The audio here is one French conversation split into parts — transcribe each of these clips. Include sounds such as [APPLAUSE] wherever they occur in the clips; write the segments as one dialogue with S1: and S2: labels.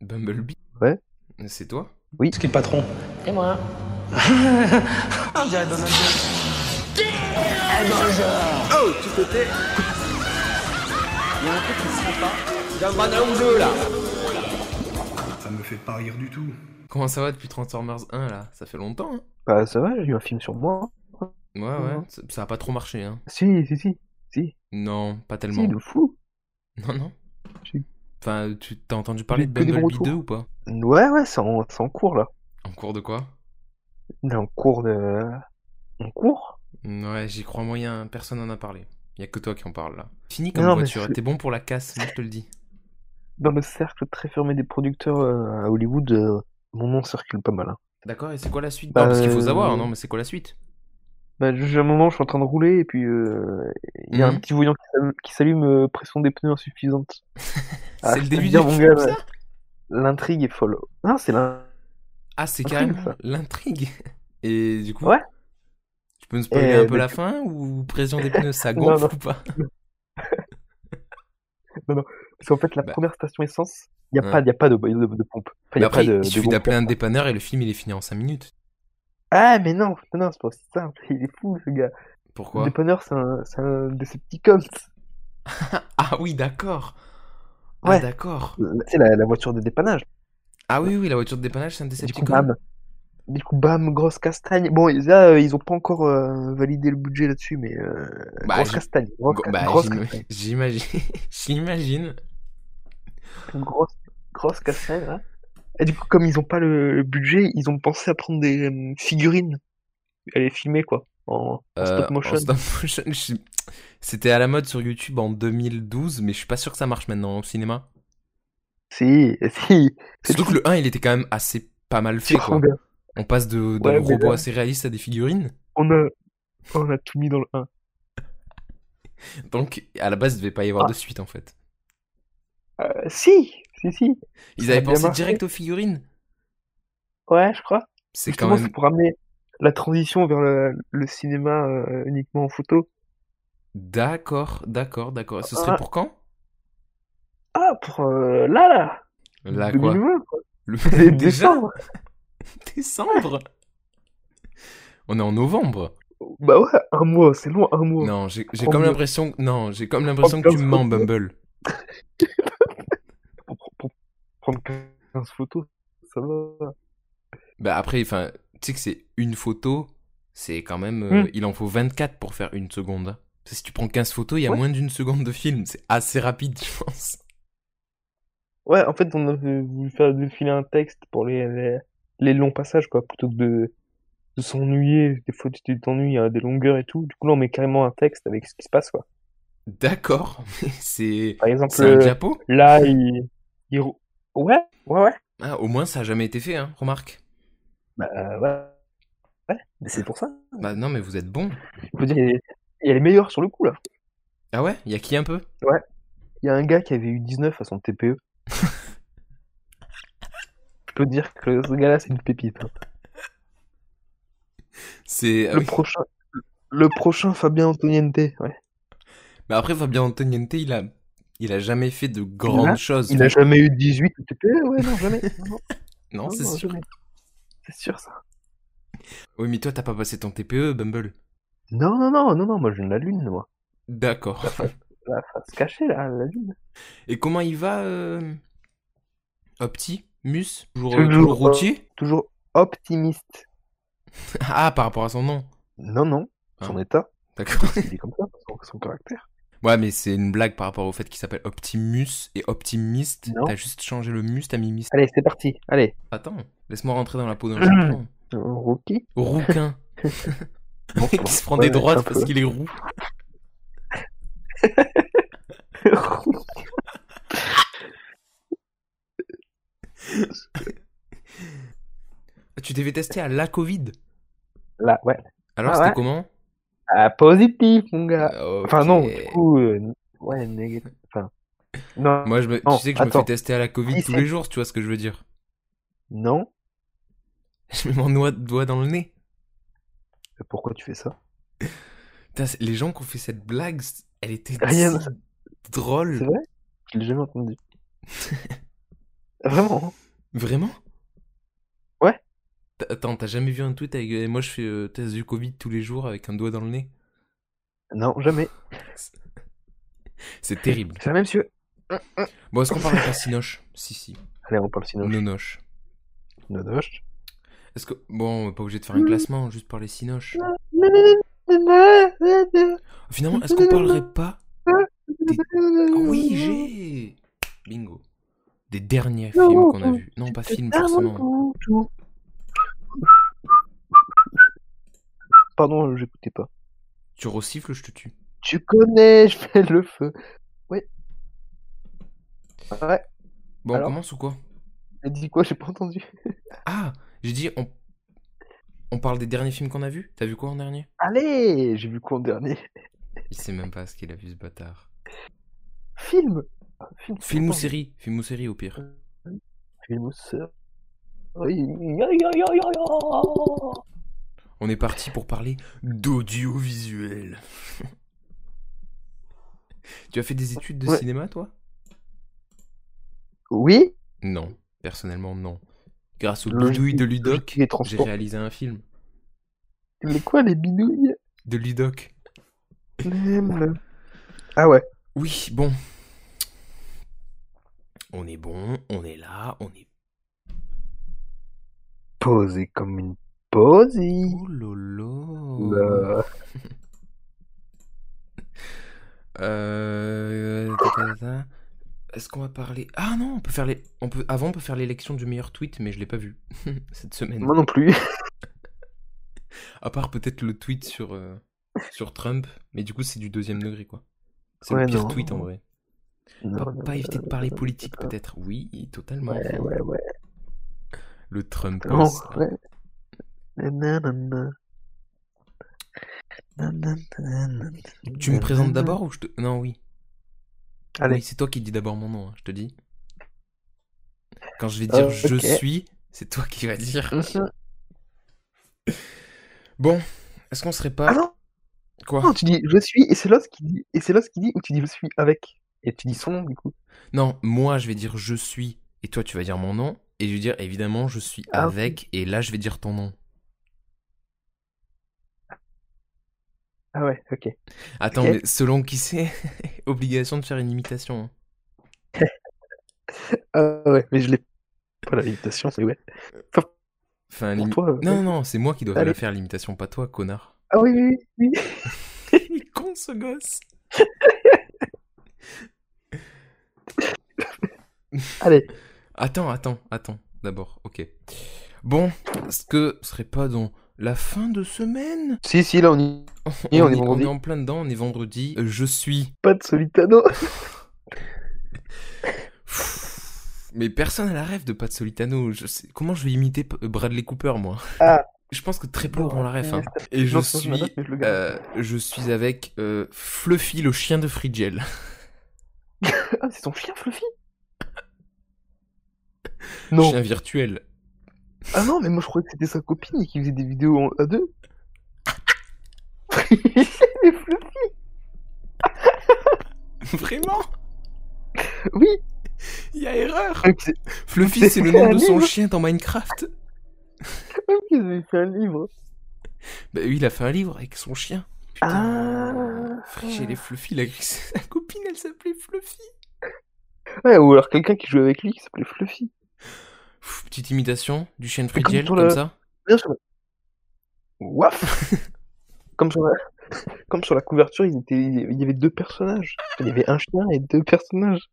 S1: Bumblebee
S2: Ouais.
S1: C'est toi
S3: Ce qui est le patron
S4: Et moi
S5: Ça me fait pas rire du tout.
S1: Comment ça va depuis Transformers 1 là Ça fait longtemps hein
S2: Bah ça va, j'ai eu un film sur moi.
S1: Ouais ouais,
S2: Mhm.
S1: ça- ça a pas trop marché hein.
S2: Si, si, si. Si,
S1: Non, pas tellement.
S2: si, de fou.
S1: Non non.
S2: Si.
S1: Enfin, tu t'as entendu parler de
S2: Que des bons
S1: Bumblebee
S2: retours.
S1: 2 ou pas
S2: Ouais, ouais, c'est en, c'est en cours là.
S1: En cours de quoi
S2: On est en cours de. En cours
S1: Ouais, j'y crois moyen, personne n'en a parlé. Y a que toi qui en parle là. Fini comme
S2: Non, mais
S1: voiture,
S2: je-
S1: t'es bon pour la casse, moi je te le dis.
S2: Dans le cercle très fermé des producteurs euh, à Hollywood, euh, mon nom circule pas mal. hein.
S1: D'accord, et c'est quoi la suite
S2: Bah,
S1: Non, parce qu'il faut savoir,
S2: euh,
S1: non, mais c'est quoi la suite
S2: Bah, j'ai un moment, je suis en train de rouler et puis euh, il y a un
S1: Mhm.
S2: petit voyant qui s'allume- qui s'allume, euh, pression des pneus
S1: [LAUGHS]
S2: insuffisante. Ah, je
S1: C'est le
S2: peux te
S1: début du
S2: dire, mon
S1: film,
S2: gars,
S1: ça
S2: L'intrigue est folle. Non, c'est l'in-
S1: Ah, c'est
S2: Intrigue,
S1: carrément
S2: ça.
S1: l'intrigue. Et du coup.
S2: Ouais.
S1: Tu peux nous spoiler
S2: Eh,
S1: un peu
S2: bah,
S1: la fin ou pression des pneus,
S2: [LAUGHS]
S1: ça
S2: Non,
S1: gonfle
S2: non.
S1: ou pas
S2: Parce qu'en fait, la
S1: Bah.
S2: première station essence, il n'y
S1: Ouais.
S2: a, pas- y a pas de, de, de pompe. Enfin, y
S1: Mais
S2: a
S1: Après,
S2: pas de,
S1: il
S2: de
S1: suffit
S2: pompe.
S1: d'appeler un dépanneur et le film il est fini en 5 minutes.
S2: Ah, mais non, non, non, c'est pas aussi simple. Il est fou, ce gars.
S1: Pourquoi
S2: le dépanneur, c'est un, c'est un de ces petits cons.
S1: Ah oui, d'accord. Ah
S2: Ouais.
S1: d'accord.
S2: C'est la, la voiture de dépannage.
S1: Ah oui, oui, la voiture de dépannage, c'est un
S2: Du coup,
S1: Decepticon.
S2: bam. Du coup, bam, grosse castagne. Bon, là, euh, ils ont pas encore euh, validé le budget là-dessus, mais euh,
S1: Bah,
S2: grosse
S1: j'im-
S2: castagne. Grosse,
S1: Go-
S2: ca-
S1: bah,
S2: grosse
S1: j'im-
S2: castagne.
S1: [LAUGHS] j'imagine. J'imagine.
S2: Grosse, grosse castagne, hein. Et du coup, comme ils ont pas le, le budget, ils ont pensé à prendre des euh, figurines. Elle est filmée, quoi. En, en
S1: Euh,
S2: stop
S1: en
S2: motion.
S1: stop [LAUGHS] motion, je- C'était à la mode sur YouTube en 2012, mais je suis pas sûr que ça marche maintenant au cinéma.
S2: Si, si. C'est
S1: Surtout que le 1, il était quand même assez pas mal fait.
S2: si,
S1: Quoi.
S2: regarde,
S1: On passe de, d'un
S2: Ouais, mais
S1: robot
S2: là-
S1: assez réaliste à des figurines.
S2: On a, on a tout mis dans le 1.
S1: Donc, à la base, il devait pas y avoir
S2: Ah.
S1: de suite en fait.
S2: Euh, si, si, si.
S1: Ils
S2: Ça a
S1: avaient
S2: bien
S1: pensé
S2: marché.
S1: direct aux figurines.
S2: Ouais, je crois.
S1: C'est quand
S2: Justement,
S1: même
S2: c'est pour amener la transition vers le, le cinéma euh, uniquement en photo.
S1: D'accord, d'accord, d'accord. Ce serait
S2: Ah.
S1: pour quand
S2: Ah, pour euh, là, là, hein.
S1: Là, quoi
S2: 2020, quoi.
S1: Le...
S2: Dé-
S1: [LAUGHS] Déjà
S2: décembre.
S1: Décembre On est en novembre
S2: Bah ouais, un mois, c'est long, un mois.
S1: Non, j'ai j'ai
S2: Trop
S1: comme
S2: bien.
S1: l'impression... Non, j'ai
S2: Oh,
S1: comme l'impression que tu me mens, Bumble.
S2: Pour, pour- pour prendre 15 photos, ça va.
S1: Bah après, enfin, tu sais que c'est une photo, c'est quand même... euh,
S2: Hmm.
S1: Il en faut 24 pour faire une seconde. hein. Parce que Si tu prends 15 photos, il y a
S2: Ouais.
S1: moins d'une seconde de film. C'est assez rapide, je pense. [LAUGHS]
S2: Ouais, en fait, on a voulu faire défiler un texte pour les, les, les longs passages, quoi, plutôt que de, de s'ennuyer. Des fois, tu t'ennuies à des longueurs et tout. Du coup, là, on met carrément un texte avec ce qui se passe, quoi.
S1: D'accord, mais c'est...
S2: Par exemple,
S1: C'est un
S2: euh,
S1: diapo
S2: là, il, il rou- Ouais, ouais, ouais.
S1: Ah, au moins, ça a jamais été fait, hein, remarque.
S2: Bah, euh, ouais. Ouais, mais c'est pour ça.
S1: Bah non, mais vous êtes bon.
S2: Je veux dire, il y a- il y a les meilleurs sur le coup, là.
S1: Ah ouais Il y a qui un peu
S2: Il y a un gars qui avait eu 19 à son
S1: [LAUGHS]
S2: TPE. Je peux dire que ce gars-là, c'est une pépite. hein.
S1: C'est... ah
S2: Le
S1: oui.
S2: prochain, le prochain Fabien Antoniente. ouais.
S1: Mais Bah, après, Fabien Antoniente, il a, il a jamais fait de grandes choses.
S2: Il n'a jamais eu 18 au TPE, ouais, non,
S1: [LAUGHS]
S2: jamais. Non,
S1: Non,
S2: non,
S1: c'est
S2: non,
S1: sûr.
S2: jamais. C'est sûr, ça.
S1: Oui, mais toi, t'as pas passé ton TPE, Bumble.
S2: Non, non, non, non, non, moi, j'ai la lune, moi.
S1: D'accord.
S2: La face cachée, là, la lune.
S1: Et comment il va, euh... Opti Mus Toujours,
S2: Toujours,
S1: toujours
S2: euh,
S1: routier [LAUGHS]
S2: Toujours optimiste.
S1: Ah, par rapport à son nom.
S2: Non, non, son
S1: Hein.
S2: état,
S1: D'accord. [LAUGHS]
S2: il est comme ça, son, son caractère.
S1: Ouais, mais c'est une blague par rapport au fait qu'il s'appelle Optimus et Optimiste.
S2: Non.
S1: T'as juste changé le mus, t'as mis mis.
S2: Allez, c'est parti, allez.
S1: Attends, laisse-moi rentrer dans la peau d'un champion.
S2: Euh, Rookie.
S1: Rouquin. [LAUGHS]
S2: Bon, ça va.
S1: qui se prend des
S2: Ouais,
S1: droites
S2: un peu.
S1: parce qu'il est roux. Tu t'es fait tester à la Covid.
S2: [LAUGHS] Là, ouais.
S1: Alors,
S2: Ah
S1: c'était
S2: ouais
S1: comment
S2: Ah, positif, mon gars. Enfin, non, du
S1: Ok.
S2: coup, euh, ouais, négatif. Enfin, non,
S1: Moi, je me-
S2: Non,
S1: tu sais que je me
S2: attends.
S1: fais tester à la Covid
S2: Si,
S1: tous
S2: c'est-
S1: les jours, tu vois ce que je veux dire. [LAUGHS]
S2: non.
S1: Je mets mon noix- doigt dans le nez.
S2: Mais Pourquoi tu fais ça?
S1: Putain, c'est- les gens qui ont fait cette blague, c- elle était
S2: Rien.
S1: si
S2: C'est
S1: drôle.
S2: vrai? Je l'ai jamais entendu. Vraiment? hein?
S1: Vraiment
S2: Ouais.
S1: T- Attends, t'as jamais vu un tweet avec. et Moi, je fais euh, test du Covid tous les jours avec un doigt dans le nez.
S2: Non, jamais.
S1: C'est
S2: [LAUGHS]
S1: terrible.
S2: C'est vrai, monsieur?
S1: Bon, est-ce qu'on parle pas Sinoche Si, si.
S2: Allez, on parle sinoche.
S1: Nonoche.
S2: Nodoche.
S1: Est-ce que. Bon, on va pas obligé de faire un classement, juste parler Sinoche. Finalement, est-ce qu'on parlerait pas Oui, j'ai Bingo. Des derniers
S2: Non,
S1: films qu'on a
S2: non,
S1: vus. Non, pas films, forcément.
S2: Pardon, j'écoutais pas.
S1: Tu resiffles, je te tue.
S2: Tu connais, [LAUGHS] je fais le feu. Ouais. Ouais,
S1: Bon,
S2: Alors
S1: on commence ou quoi
S2: elle dit quoi? J'ai pas entendu.
S1: Ah J'ai dit, on... on parle des derniers films qu'on a vus T'as vu quoi en dernier
S2: Allez, j'ai vu quoi en dernier?
S1: Il sait même pas ce qu'il a vu, ce bâtard.
S2: Film! Ah, Film,
S1: Film ou
S2: attends.
S1: série Film ou série, au pire.
S2: Film ou série. Ya, ya, ya, ya, ya.
S1: On est parti pour parler d'audiovisuel. [LAUGHS] tu as fait des études de
S2: Ouais.
S1: cinéma, toi
S2: Oui?
S1: Non. Personnellement, non. Grâce aux
S2: Logique-
S1: bidouilles de Ludoc,
S2: logique et
S1: j'ai
S2: transport.
S1: réalisé un film.
S2: Mais quoi, les bidouilles?
S1: De Ludoc.
S2: Même. Ah ouais.
S1: Oui, bon. On est bon, on est là, on est.
S2: Posé comme une posie.
S1: Oh lolo.
S2: Là.
S1: Euh, ta, ta, ta, ta. Est-ce qu'on va parler Ah non, on peut faire les. On peut avant on peut faire l'élection du meilleur tweet, mais je l'ai pas vu [LAUGHS] cette semaine.
S2: Moi non plus.
S1: À part peut-être le tweet sur euh, sur Trump, mais du coup c'est du deuxième degré quoi. C'est
S2: Ouais,
S1: le pire
S2: non.
S1: tweet en vrai.
S2: [LAUGHS]
S1: Pas, pas éviter de parler politique peut-être. Oui, totalement.
S2: Ouais, ouais, ouais.
S1: Le Trump.
S2: Non, ouais. Nanana. Nanana.
S1: Tu me présentes
S2: Nanana.
S1: d'abord ou je te. Non, oui.
S2: Mm, Allez.
S1: Oui, c'est toi qui dis d'abord mon nom, hein, je te dis. Quand je vais dire
S2: Euh,
S1: je
S2: ok. Mm.
S1: suis, c'est toi qui vas dire.
S2: Euh,
S1: Bon, est-ce qu'on serait pas.
S2: Ah non, non,
S1: Quoi
S2: tu dis je suis et c'est l'autre qui dit et c'est l'autre qui dit ou tu dis je suis avec et tu dis son nom du coup.
S1: Non, moi je vais dire je suis et toi tu vas dire mon nom et je vais dire évidemment je suis
S2: Ah, ok.
S1: avec et là je vais dire ton nom.
S2: Ah ouais, ok.
S1: Attends,
S2: Ok.
S1: mais selon qui c'est, [LAUGHS] obligation de faire une imitation. hein.
S2: Ah ouais, mais je l'ai pas la limitation, mais ouais.
S1: Enfin,
S2: Pour
S1: l'imi-
S2: toi. euh,
S1: Non, non,
S2: ouais.
S1: non, c'est moi qui dois
S2: Allez.
S1: la faire l'imitation, pas
S2: [LAUGHS]
S1: toi, connard.
S2: Ah oui, oui, oui. oui.
S1: Il est con ce gosse
S2: [LAUGHS] Allez,
S1: Attends, attends, attends. D'abord, ok. Bon, est-ce que ce serait pas dans la fin de semaine
S2: [LAUGHS] si, si, là on y Et on est vendredi.
S1: en plein dedans, on est vendredi. Euh, Je suis.
S2: pas de Solitano.
S1: Pfff. Mais personne à la rêve de Pat Solitano. Je sais- Comment je vais imiter P- Bradley Cooper, moi
S2: Ah.
S1: Je pense que très peu
S2: Non,
S1: auront la ref. hein.
S2: ouais,
S1: Et je
S2: Non, sinon,
S1: suis,
S2: m'adapte, mais je le garde.
S1: euh, je suis avec euh, Fluffy, le chien de Frigel.
S2: Ah, c'est son chien Fluffy. Non.
S1: Chien virtuel. [LAUGHS]
S2: Ah non, mais moi je croyais que c'était sa copine et qu'il faisait des vidéos en- à [LAUGHS] deux. Mais Fluffy,
S1: Vraiment
S2: oui.
S1: Il y a erreur.
S2: Ok.
S1: Fluffy, c'est le nom de son
S2: Livre.
S1: chien dans Minecraft.
S2: Même qu'ils avaient fait un livre.
S1: Bah oui, il a fait un livre avec son chien. Putain.
S2: Ah.
S1: Frigel et Fluffy, la [LAUGHS] sa copine, elle s'appelait Fluffy.
S2: Ouais, ou alors quelqu'un qui jouait avec lui qui s'appelait Fluffy.
S1: Pff, petite imitation du chien de
S2: Et comme
S1: Frigiel,
S2: sur
S1: comme,
S2: le-
S1: ça.
S2: Bien sûr. Waf [LAUGHS] Comme sur la... Comme sur la couverture, il, était... il y avait deux personnages. Il y avait un chien et deux personnages.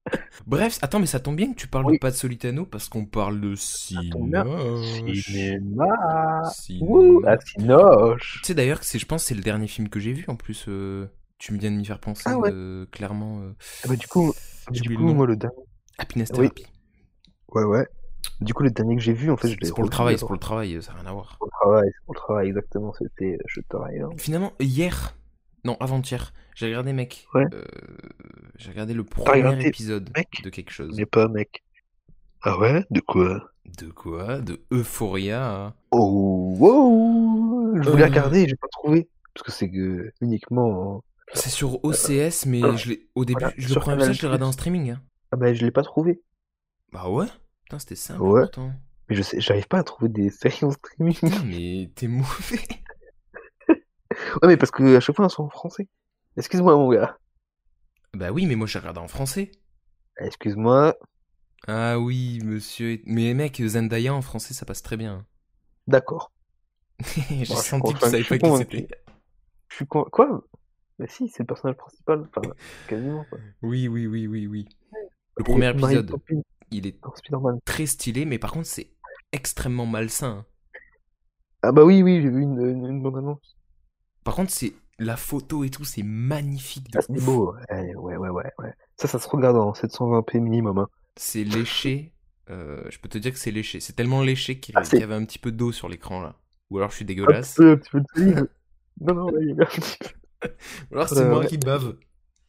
S1: Bref, attends, mais ça tombe bien que tu parles
S2: Oui.
S1: de Pat Solitano parce qu'on parle de
S2: tombe bien.
S1: Cinoche.
S2: Cinéma
S1: Cinoche.
S2: Wouh La Cinoche
S1: Tu sais d'ailleurs que c'est- je pense que c'est le dernier film que j'ai vu en plus. euh, tu me viens de m'y faire penser
S2: Ah ouais.
S1: euh, clairement. euh,
S2: Ah bah, du coup,
S1: J'ai
S2: du
S1: oublié
S2: coup
S1: le nom.
S2: moi le dernier.
S1: Happiness
S2: Oui,
S1: Therapy.
S2: Ouais, ouais. Du coup, le dernier que j'ai vu, en fait, je l'ai
S1: c'est pour le
S2: revu
S1: travail, c'est
S2: avant.
S1: pour le travail, euh, ça n'a rien à voir.
S2: Pour le travail, c'est pour le travail, exactement. C'était euh, Je travaille. hein.
S1: Finalement, hier, non, avant-hier, j'ai regardé, mec.
S2: Ouais.
S1: euh, j'ai regardé le premier
S2: regardé,
S1: épisode
S2: mec
S1: de quelque chose.
S2: Mais pas, mec. Ah ouais De quoi
S1: De quoi De Euphoria. à-
S2: Oh, wow Je voulais
S1: Euh.
S2: regarder, j'ai pas trouvé. Parce que c'est que uniquement en-
S1: C'est sur OCS, mais
S2: Alors,
S1: je l'ai- au début,
S2: Euh, voilà,
S1: je le
S2: sur
S1: prends
S2: Canal+.
S1: je l'ai regardé en streaming. hein.
S2: Ah bah je l'ai pas trouvé.
S1: Bah ouais. Putain, c'était simple.
S2: Ouais.
S1: pourtant.
S2: Mais je sais, j'arrive pas à trouver des [LAUGHS] séries en streaming. ouais,
S1: Putain, mais t'es mauvais. [LAUGHS]
S2: mais parce que à chaque fois elles sont en français. Excuse-moi mon gars.
S1: bah oui, mais moi j'ai regardé en français.
S2: Excuse-moi.
S1: Ah oui, monsieur. Mais mec, Zendaya en français, ça passe très bien. [LAUGHS]
S2: D'accord.
S1: J'ai
S2: Bon, je suis
S1: senti que tu
S2: convaincu- je suis
S1: savais
S2: hein.
S1: pas qui
S2: convaincu.
S1: c'était.
S2: Je suis con... Quoi? Bah si, c'est le personnage principal. Enfin, quasiment quoi.
S1: Oui, oui, oui, oui, oui. Le
S2: Et
S1: premier
S2: Mary
S1: épisode,
S2: Poppins
S1: il est
S2: dans Spider-Man.
S1: très stylé, mais par contre, c'est extrêmement malsain.
S2: Ah bah oui, oui, j'ai vu une, une, une bonne annonce.
S1: Par contre, c'est la photo et tout, c'est magnifique de
S2: Ah, c'est
S1: ouf.
S2: beau. Ouais, ouais, ouais, ouais, ouais. Ça, ça se regarde en 720p minimum. hein.
S1: C'est léché. Euh, je peux te dire que c'est léché. C'est tellement léché qu'il
S2: Ah, c'est-
S1: qu'il y avait un petit peu d'eau sur l'écran là. Ou alors je suis dégueulasse.
S2: Un petit
S1: [LAUGHS]
S2: peu, un petit peu de salive. Non, non, là, il y a un petit peu.
S1: Ou alors c'est
S2: Euh,
S1: moi
S2: ouais.
S1: qui bave.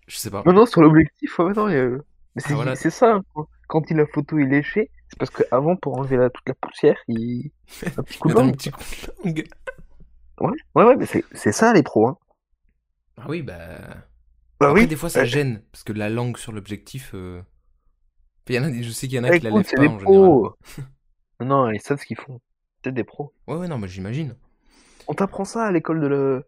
S1: Je sais pas.
S2: Non, non, sur l'objectif, ouais, non, il y a- Mais c'est
S1: Ah, voilà.
S2: c'est ça, hein, quand- quand il la photo est léchée, c'est parce qu'avant, pour enlever la, toute la poussière,
S1: [LAUGHS]
S2: il... un petit coup
S1: Il
S2: de
S1: y a
S2: [LAUGHS]
S1: un
S2: langue.
S1: petit coup de langue.
S2: Ouais, ouais, ouais, mais c'est c'est ça, les pros, hein.
S1: Ah oui, bah.
S2: Bah
S1: Après,
S2: oui,
S1: des fois, ça
S2: euh,
S1: gêne, parce que la langue sur l'objectif. euh, Il y en a, des- je sais qu'il y en a qui la
S2: écoute,
S1: lèvent
S2: c'est
S1: pas
S2: des
S1: en général. [LAUGHS]
S2: pros. Non, ils savent ce qu'ils font. C'est des pros.
S1: Ouais, ouais, non, mais j'imagine.
S2: On t'apprend ça à l'école de la...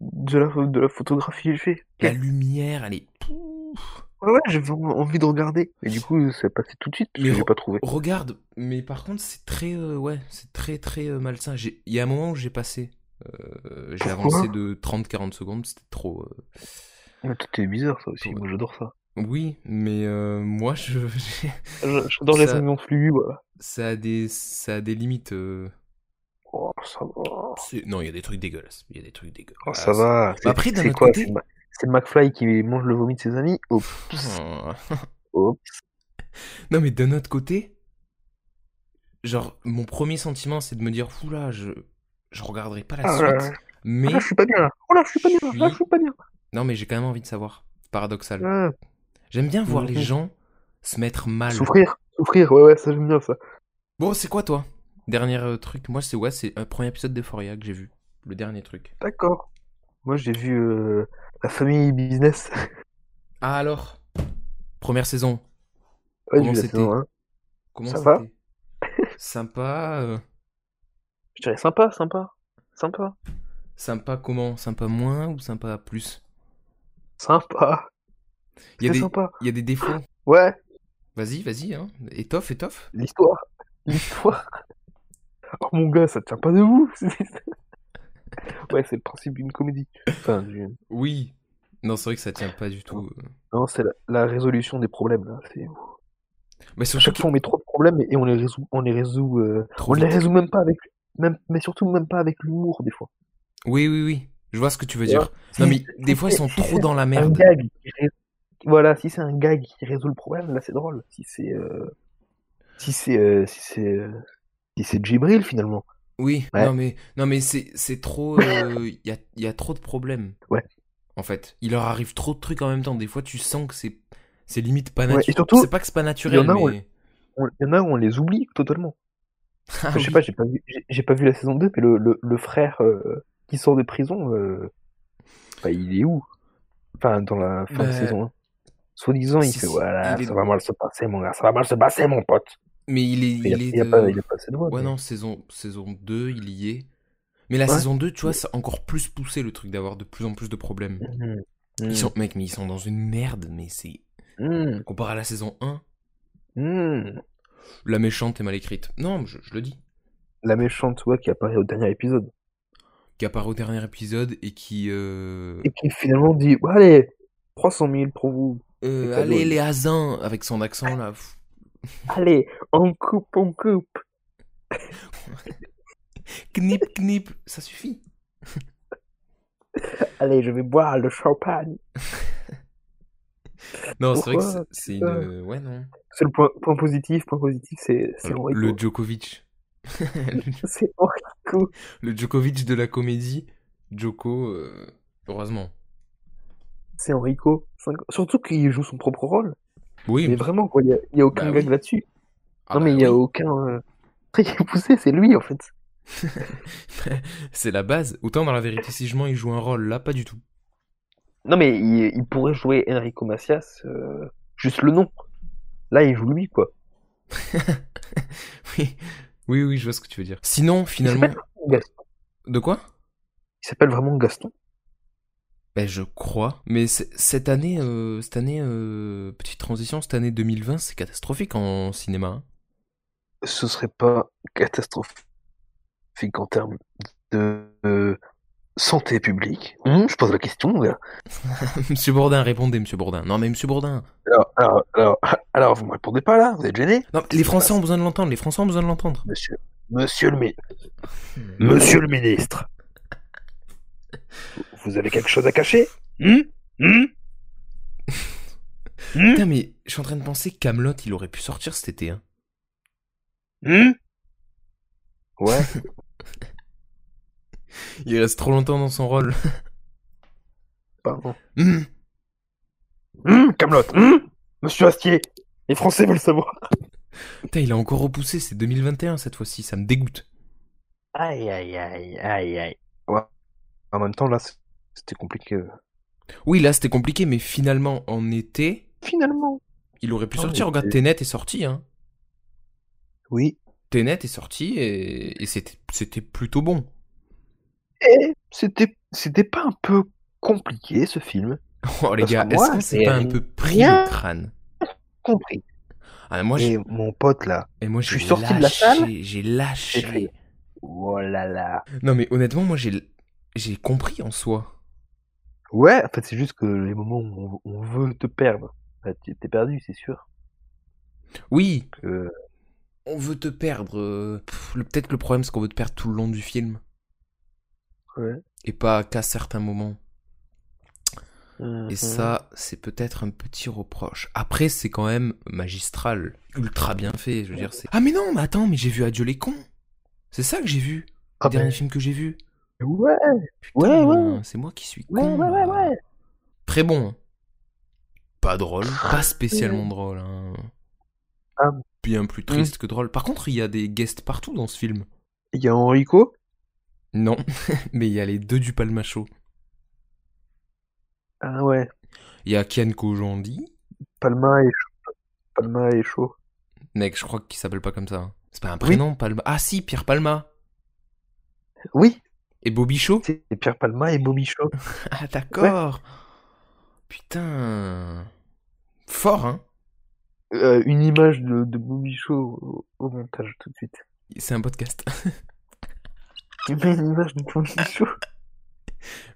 S2: De la, de la photographie léchée.
S1: La lumière, elle est. Pouf.
S2: Ouais, ouais, j'avais envie de regarder. Et du coup, c'est passé tout de suite, parce
S1: Mais
S2: que j'ai
S1: re-
S2: pas trouvé.
S1: Regarde, mais par contre, c'est très. euh, ouais, c'est très, très euh, malsain. J'ai- Il y a un moment où j'ai passé. Euh, j'ai
S2: Pourquoi
S1: avancé de 30-40 secondes, c'était trop. euh,
S2: Mais tout est bizarre, ça aussi.
S1: Ouais.
S2: Moi, j'adore ça.
S1: Oui, mais euh, moi, je, [LAUGHS] j'ai-
S2: Je- J'adore les
S1: Ça-
S2: animaux flux, voilà.
S1: ça, a des, ça a des limites. euh,
S2: Oh, ça va.
S1: c'est- Non, il y a des trucs dégueulasses. Il y a des trucs dégueulasses.
S2: Oh, ça va. C'est-
S1: Bah, après, d'un
S2: c'est
S1: autre
S2: quoi?
S1: côté-
S2: C'est Ma- c'est McFly qui mange le vomi de ses amis. Hop,
S1: Oh.
S2: hop.
S1: Non, mais d'un autre côté, genre, mon premier sentiment, c'est de me dire, oula, je, je regarderai pas la
S2: Ah là
S1: suite.
S2: là.
S1: Mais,
S2: Là, je suis pas bien. là. Oh là, je suis pas bien. Là,
S1: suis-
S2: je suis pas bien.
S1: non, mais j'ai quand même envie de savoir. C'est Paradoxal.
S2: Ah,
S1: J'aime bien voir les
S2: Mhm.
S1: gens se mettre mal.
S2: Souffrir, souffrir. Ouais, ouais, ça j'aime bien ça.
S1: Bon, c'est quoi, toi Dernier euh, truc. Moi, c'est ouais, c'est un premier épisode d'Euphoria que j'ai vu. Le dernier truc.
S2: D'accord. Moi, j'ai vu euh, la famille business. [LAUGHS]
S1: Ah, alors Première saison.
S2: Ouais,
S1: Comment
S2: j'ai vu la
S1: c'était
S2: saison un.
S1: Comment
S2: Ça va
S1: c'était Sympa. euh,
S2: Je dirais sympa, sympa, sympa,
S1: Sympa comment Sympa moins ou sympa plus
S2: sympa.
S1: Il y,
S2: C'était
S1: a des-
S2: sympa.
S1: il y a des défauts.
S2: Ouais,
S1: Vas-y, vas-y. Hein. Étoffe, étoffe.
S2: l'histoire, l'histoire. [LAUGHS] Oh mon gars, ça tient pas debout. [LAUGHS] ouais, c'est le principe d'une comédie. Enfin, d'une-
S1: Oui. Non, c'est vrai que ça tient pas du tout.
S2: Non, c'est la, la résolution des problèmes là. C'est...
S1: Mais
S2: À
S1: surtout
S2: chaque
S1: que
S2: fois on met trop de problèmes et on les résout, on les résout, euh, on les résout même pas avec, même, mais surtout même pas avec l'humour des fois.
S1: Oui, oui, oui. Je vois ce que tu veux
S2: Ouais.
S1: dire. Non, mais
S2: Si-
S1: des
S2: si
S1: fois, ils
S2: c'est-
S1: sont
S2: si
S1: trop
S2: c'est
S1: dans la
S2: un
S1: merde.
S2: gag qui ré- Voilà, si c'est un gag qui résout le problème, là c'est drôle. Si c'est, euh, si c'est, euh, si c'est, euh, si c'est Djibril finalement.
S1: Oui.
S2: Ouais.
S1: Non, mais non, mais c'est c'est trop. euh, Il y a il y a trop de problèmes.
S2: Ouais.
S1: En fait, il leur arrive trop de trucs en même temps. Des fois, tu sens que c'est c'est limite pas
S2: Ouais, et
S1: naturel.
S2: surtout,
S1: c'est pas que c'est pas naturel,
S2: il y en a où-
S1: mais.
S2: On- Il y en a où on les oublie totalement.
S1: [LAUGHS] Ah
S2: je sais
S1: oui.
S2: pas, j'ai pas vu, j'ai, j'ai pas vu la saison 2, mais le, le, le frère euh, qui sort de prison, euh, bah, il est où? Enfin, dans la fin de
S1: Bah,
S2: saison 1. Soi-disant, il
S1: si,
S2: fait,
S1: si,
S2: voilà,
S1: il est-
S2: ça va mal se passer, mon gars, ça va mal se passer, mon pote.
S1: Mais il est
S2: Il,
S1: il est.
S2: a,
S1: de-
S2: pas, il a pas assez de voix,
S1: Ouais,
S2: mais-
S1: non, saison saison 2, il y est. Mais la
S2: Ouais.
S1: saison 2, tu vois, c'est encore plus poussé le truc d'avoir de plus en plus de problèmes.
S2: Mhm.
S1: Ils sont, mec, mais ils sont dans une merde, mais c'est.
S2: Mhm.
S1: Comparé à la saison 1,
S2: Mhm.
S1: La méchante est mal écrite. Non, je, je le dis.
S2: La méchante, tu vois, qui apparaît au dernier épisode.
S1: Qui apparaît au dernier épisode et qui. euh,
S2: Et qui finalement dit, Bon, allez, 300 000 pour vous.
S1: euh,
S2: et cadeau,
S1: allez,
S2: elle.
S1: les hasins Avec son accent là. pff,
S2: Allez, on coupe, on coupe.
S1: Knip, knip Ça suffit
S2: Allez, je vais boire le champagne.
S1: Non, c'est vrai que
S2: Pourquoi,
S1: c'est- c'est
S2: putain
S1: une. euh, Ouais, non.
S2: C'est le point, point positif, point positif, c'est, c'est
S1: Le,
S2: Enrico.
S1: le Djokovic. [LAUGHS] le,
S2: [LAUGHS] C'est Enrico.
S1: le Djokovic de la comédie. Djoko, euh, heureusement.
S2: C'est Enrico. Cinq- Surtout qu'il joue son propre rôle.
S1: Oui,
S2: Mais vraiment, quoi, il n'y a, il y a aucun
S1: Bah
S2: gag
S1: oui.
S2: là-dessus.
S1: ah
S2: non,
S1: bah
S2: mais il n'y a
S1: oui,
S2: aucun. euh, [LAUGHS] truc qui est poussé, c'est lui, en fait.
S1: c'est la base. Autant dans la vérité, si je mens, il joue un rôle. Là, pas du tout.
S2: Non, mais il, il pourrait jouer Enrico Macias, euh, juste le nom. Là, il joue lui, quoi.
S1: oui. oui, oui, je vois ce que tu veux dire. Sinon, finalement.
S2: Gaston.
S1: De quoi
S2: Il s'appelle vraiment Gaston.
S1: Ben, je crois. Mais c- cette année, euh, cette année euh, petite transition, cette année 2020, c'est catastrophique en cinéma. hein. [LAUGHS]
S2: Ce serait pas catastrophique en termes de euh, santé publique. Hum, je pose la question, là.
S1: monsieur Bourdin, répondez, monsieur Bourdin. Non, mais monsieur Bourdin.
S2: Alors, alors, alors, [LAUGHS] alors, vous me répondez pas, là? Vous êtes gêné?
S1: Non, les Français ont besoin de l'entendre, les Français ont besoin de l'entendre.
S2: Monsieur, monsieur le, mi-
S1: Hmm.
S2: monsieur le ministre, vous avez quelque chose à cacher Hmm Hmm Hmm
S1: Putain, mais je suis en train de penser que Camelot, il aurait pu sortir cet été. Hein.
S2: Hmm Ouais,
S1: Il reste trop longtemps dans son rôle. [LAUGHS]
S2: pardon.
S1: Hmm.
S2: Hmm, Camelot. Monsieur Astier, les Français veulent savoir.
S1: Putain, il a encore repoussé, c'est 2021 cette fois-ci, ça me dégoûte.
S2: Aïe, aïe, aïe, aïe, aïe. En même temps, là, c- c'était compliqué.
S1: Oui, là c'était compliqué, mais finalement en été,
S2: Finalement.
S1: il aurait pu
S2: Ah,
S1: sortir.
S2: mais
S1: Regarde,
S2: c'est-
S1: Tenet est sorti, hein.
S2: Oui.
S1: Tenet est sorti et, et c'était c'était plutôt bon. [LAUGHS]
S2: Et Eh, c'était, c'était pas un peu compliqué, ce film
S1: Oh les
S2: Parce
S1: gars,
S2: que
S1: est-ce
S2: moi,
S1: qu'on s'est
S2: c'est
S1: pas un peu pris
S2: rien.
S1: au crâne
S2: Compris.
S1: Ah, moi, j'ai-
S2: Et mon pote, là,
S1: et moi,
S2: je
S1: j'ai
S2: suis sorti de la salle,
S1: lâché, j'ai lâché.
S2: j'ai fait, oh là là.
S1: Non mais honnêtement, moi j'ai j'ai compris en soi.
S2: Ouais, en fait, c'est juste que les moments où on, on veut te perdre, bah, t'es t'es perdu, c'est sûr.
S1: Oui,
S2: Que...
S1: on veut te perdre. euh, pff, le- Peut-être que le problème c'est qu'on veut te perdre tout le long du film
S2: Ouais.
S1: et pas qu'à certains moments.
S2: Mhm.
S1: Et ça, c'est peut-être un petit reproche. Après, c'est quand même magistral, ultra bien fait. Je veux dire, c'est. Ah mais non, mais attends, mais j'ai vu Adieu les cons. C'est ça que j'ai vu.
S2: Ah
S1: le dernier
S2: ben,
S1: film que j'ai vu.
S2: ouais,
S1: Putain, hein,
S2: Ouais,
S1: C'est moi qui suis
S2: ouais,
S1: con.
S2: ouais, ouais,
S1: là.
S2: ouais.
S1: Très bon. hein. Pas drôle, pas spécialement drôle. hein.
S2: Ah.
S1: Bien plus triste que drôle. Par contre, il y a des guests partout dans ce film.
S2: Il y a Enrico.
S1: Non, [LAUGHS] mais il y a les deux du Palmacho.
S2: Ah ouais,
S1: Il y a Kian Kojandi.
S2: Palma est chaud. Palma est chaud.
S1: Mec, je crois qu'il s'appelle pas comme ça. hein. C'est pas un prénom, Palma. Ah si, Pierre Palma.
S2: Oui,
S1: Et Bobby
S2: [LAUGHS]
S1: Shaw
S2: c'est Pierre Palma et Bobby Shaw.
S1: Ah d'accord. Putain. Fort, hein
S2: Euh, une image de, de Bobby Shaw au, au montage tout de suite.
S1: C'est un podcast. [LAUGHS]
S2: Tu mets une image de Bobby Shaw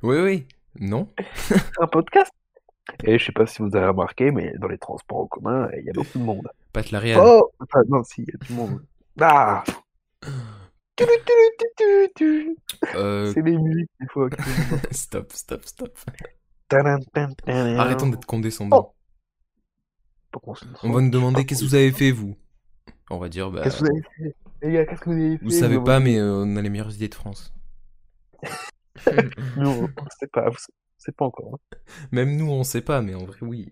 S1: oui, oui. Non
S2: sur un podcast Et je sais pas si vous avez remarqué, mais dans les transports en commun, il y a beaucoup de monde.
S1: Pas de la réelle.
S2: Oh Enfin, non, si, il y a du monde. Ah Tulu, tulu, tu, tu, tu.
S1: Euh,
S2: C'est les musiques, des fois.
S1: [LAUGHS] stop, stop, stop. Arrêtons
S2: Arrêtons
S1: d'être condescendants. On va nous demander qu'est-ce que vous avez fait, vous On va dire, bah,
S2: Oh. Qu'est-ce que vous avez fait Les gars, qu'est-ce que vous avez fait
S1: vous savez
S2: Mais
S1: pas, mais euh, on a les meilleures idées de France.
S2: on- mais on- on sait pas, vous savez- on sait pas encore. hein.
S1: Même nous, on sait pas, mais en vrai, oui.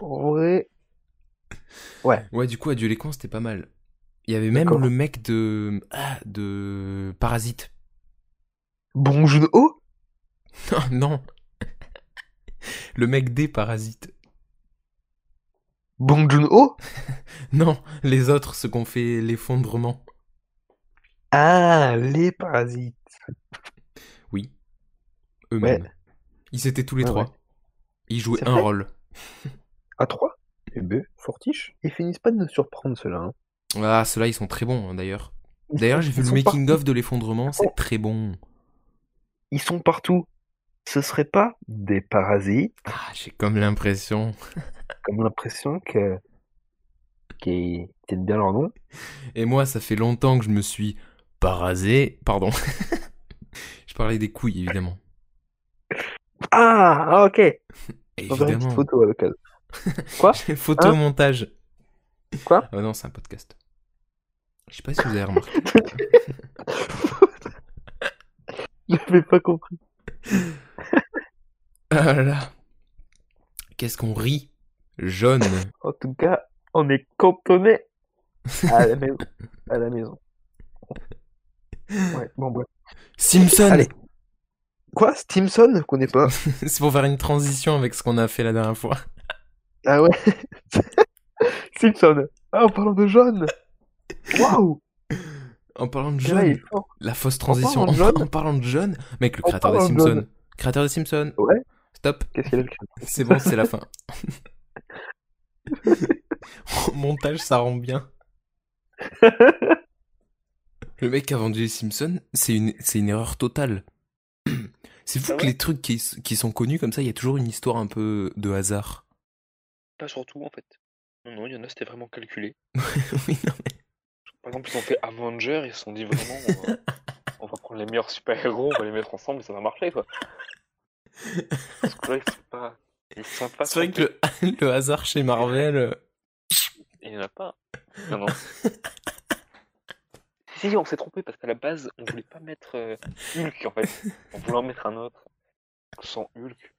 S2: En vrai,
S1: Ouais, du coup, Adieu les cons, c'était pas mal. Il y avait même
S2: D'accord.
S1: le mec de. Ah, de. Parasite. [LAUGHS]
S2: bon jeu de haut
S1: Non, non Le mec des Parasites.
S2: Bon jeu de haut
S1: Non, les autres, ceux qu'on fait l'effondrement.
S2: Ah, les parasites.
S1: Oui. Eux-mêmes. Ils étaient tous les
S2: Ouais,
S1: trois.
S2: ouais.
S1: Ils jouaient
S2: C'est
S1: un
S2: vrai
S1: rôle.
S2: À 3 Eh ben, fortiche. Ils finissent pas de nous surprendre, ceux-là. hein.
S1: Ah, ceux-là, ils sont très bons, hein, d'ailleurs.
S2: Ils
S1: D'ailleurs,
S2: sont-
S1: j'ai vu
S2: ils
S1: le
S2: sont
S1: making-of
S2: partout.
S1: de l'effondrement, c'est
S2: Oh.
S1: très bon.
S2: Ils sont partout. Ce serait pas des parasites
S1: Ah, j'ai comme l'impression.
S2: comme l'impression que qu'ils tiennent bien leur nom.
S1: Et moi, ça fait longtemps que je me suis parasé. Pardon. [LAUGHS] je parlais des couilles, évidemment.
S2: Ah, ah, ok. On verra une petite
S1: Évidemment.
S2: photo à l'occasion. [LAUGHS]
S1: [LAUGHS] J'ai photomontage.
S2: Quoi
S1: Ah non, c'est un podcast. Je sais pas si vous avez remarqué. [LAUGHS]
S2: J'avais pas compris.
S1: Ah là là. Qu'est-ce qu'on rit Jaune.
S2: En tout cas, on est cantonné à la maison. À la maison. Ouais, bon bref.
S1: Simpson
S2: Allez. Quoi Stimson Je connais pas.
S1: [LAUGHS] C'est pour faire une transition avec ce qu'on a fait la dernière fois.
S2: Ah ouais [LAUGHS] Simpson. Ah, en parlant de John Waouh
S1: En parlant de
S2: Le gars, il
S1: John,
S2: est fort.
S1: la fausse transition.
S2: parlant de John-
S1: [LAUGHS] En parlant de John, mec, le
S2: En
S1: créateur des
S2: parlant de
S1: Simpsons.
S2: John.
S1: Créateur des Simpsons.
S2: Ouais.
S1: Stop.
S2: Qu'est-ce qu'il a fait
S1: C'est bon, c'est la fin. Au montage, ça rend bien. Le mec qui a vendu les Simpsons, c'est une, c'est une erreur totale. [CLEARS THROAT] C'est fou
S2: Ah
S1: que les trucs qui, s- qui sont connus comme ça, il y a toujours une histoire un peu de hasard.
S2: Pas surtout, en fait.
S3: Non, non, il y en a, c'était vraiment calculé.
S1: [LAUGHS] Oui, non, mais-
S3: Par exemple, ils ont fait Avenger, ils se sont dit vraiment, on
S1: [LAUGHS]
S3: va, on va prendre les meilleurs super-héros, on va les mettre ensemble et ça va marcher, quoi. Parce que là, ils sont pas. Ils sont pas
S1: C'est vrai que le, [LAUGHS] le hasard chez Marvel, euh,
S3: Il n'y en a pas. Non, non.
S1: [LAUGHS]
S3: si, si, on s'est trompé parce qu'à la base, on voulait pas mettre euh, Hulk
S1: [LAUGHS]
S3: en fait. On voulait en mettre un autre. Sans Hulk.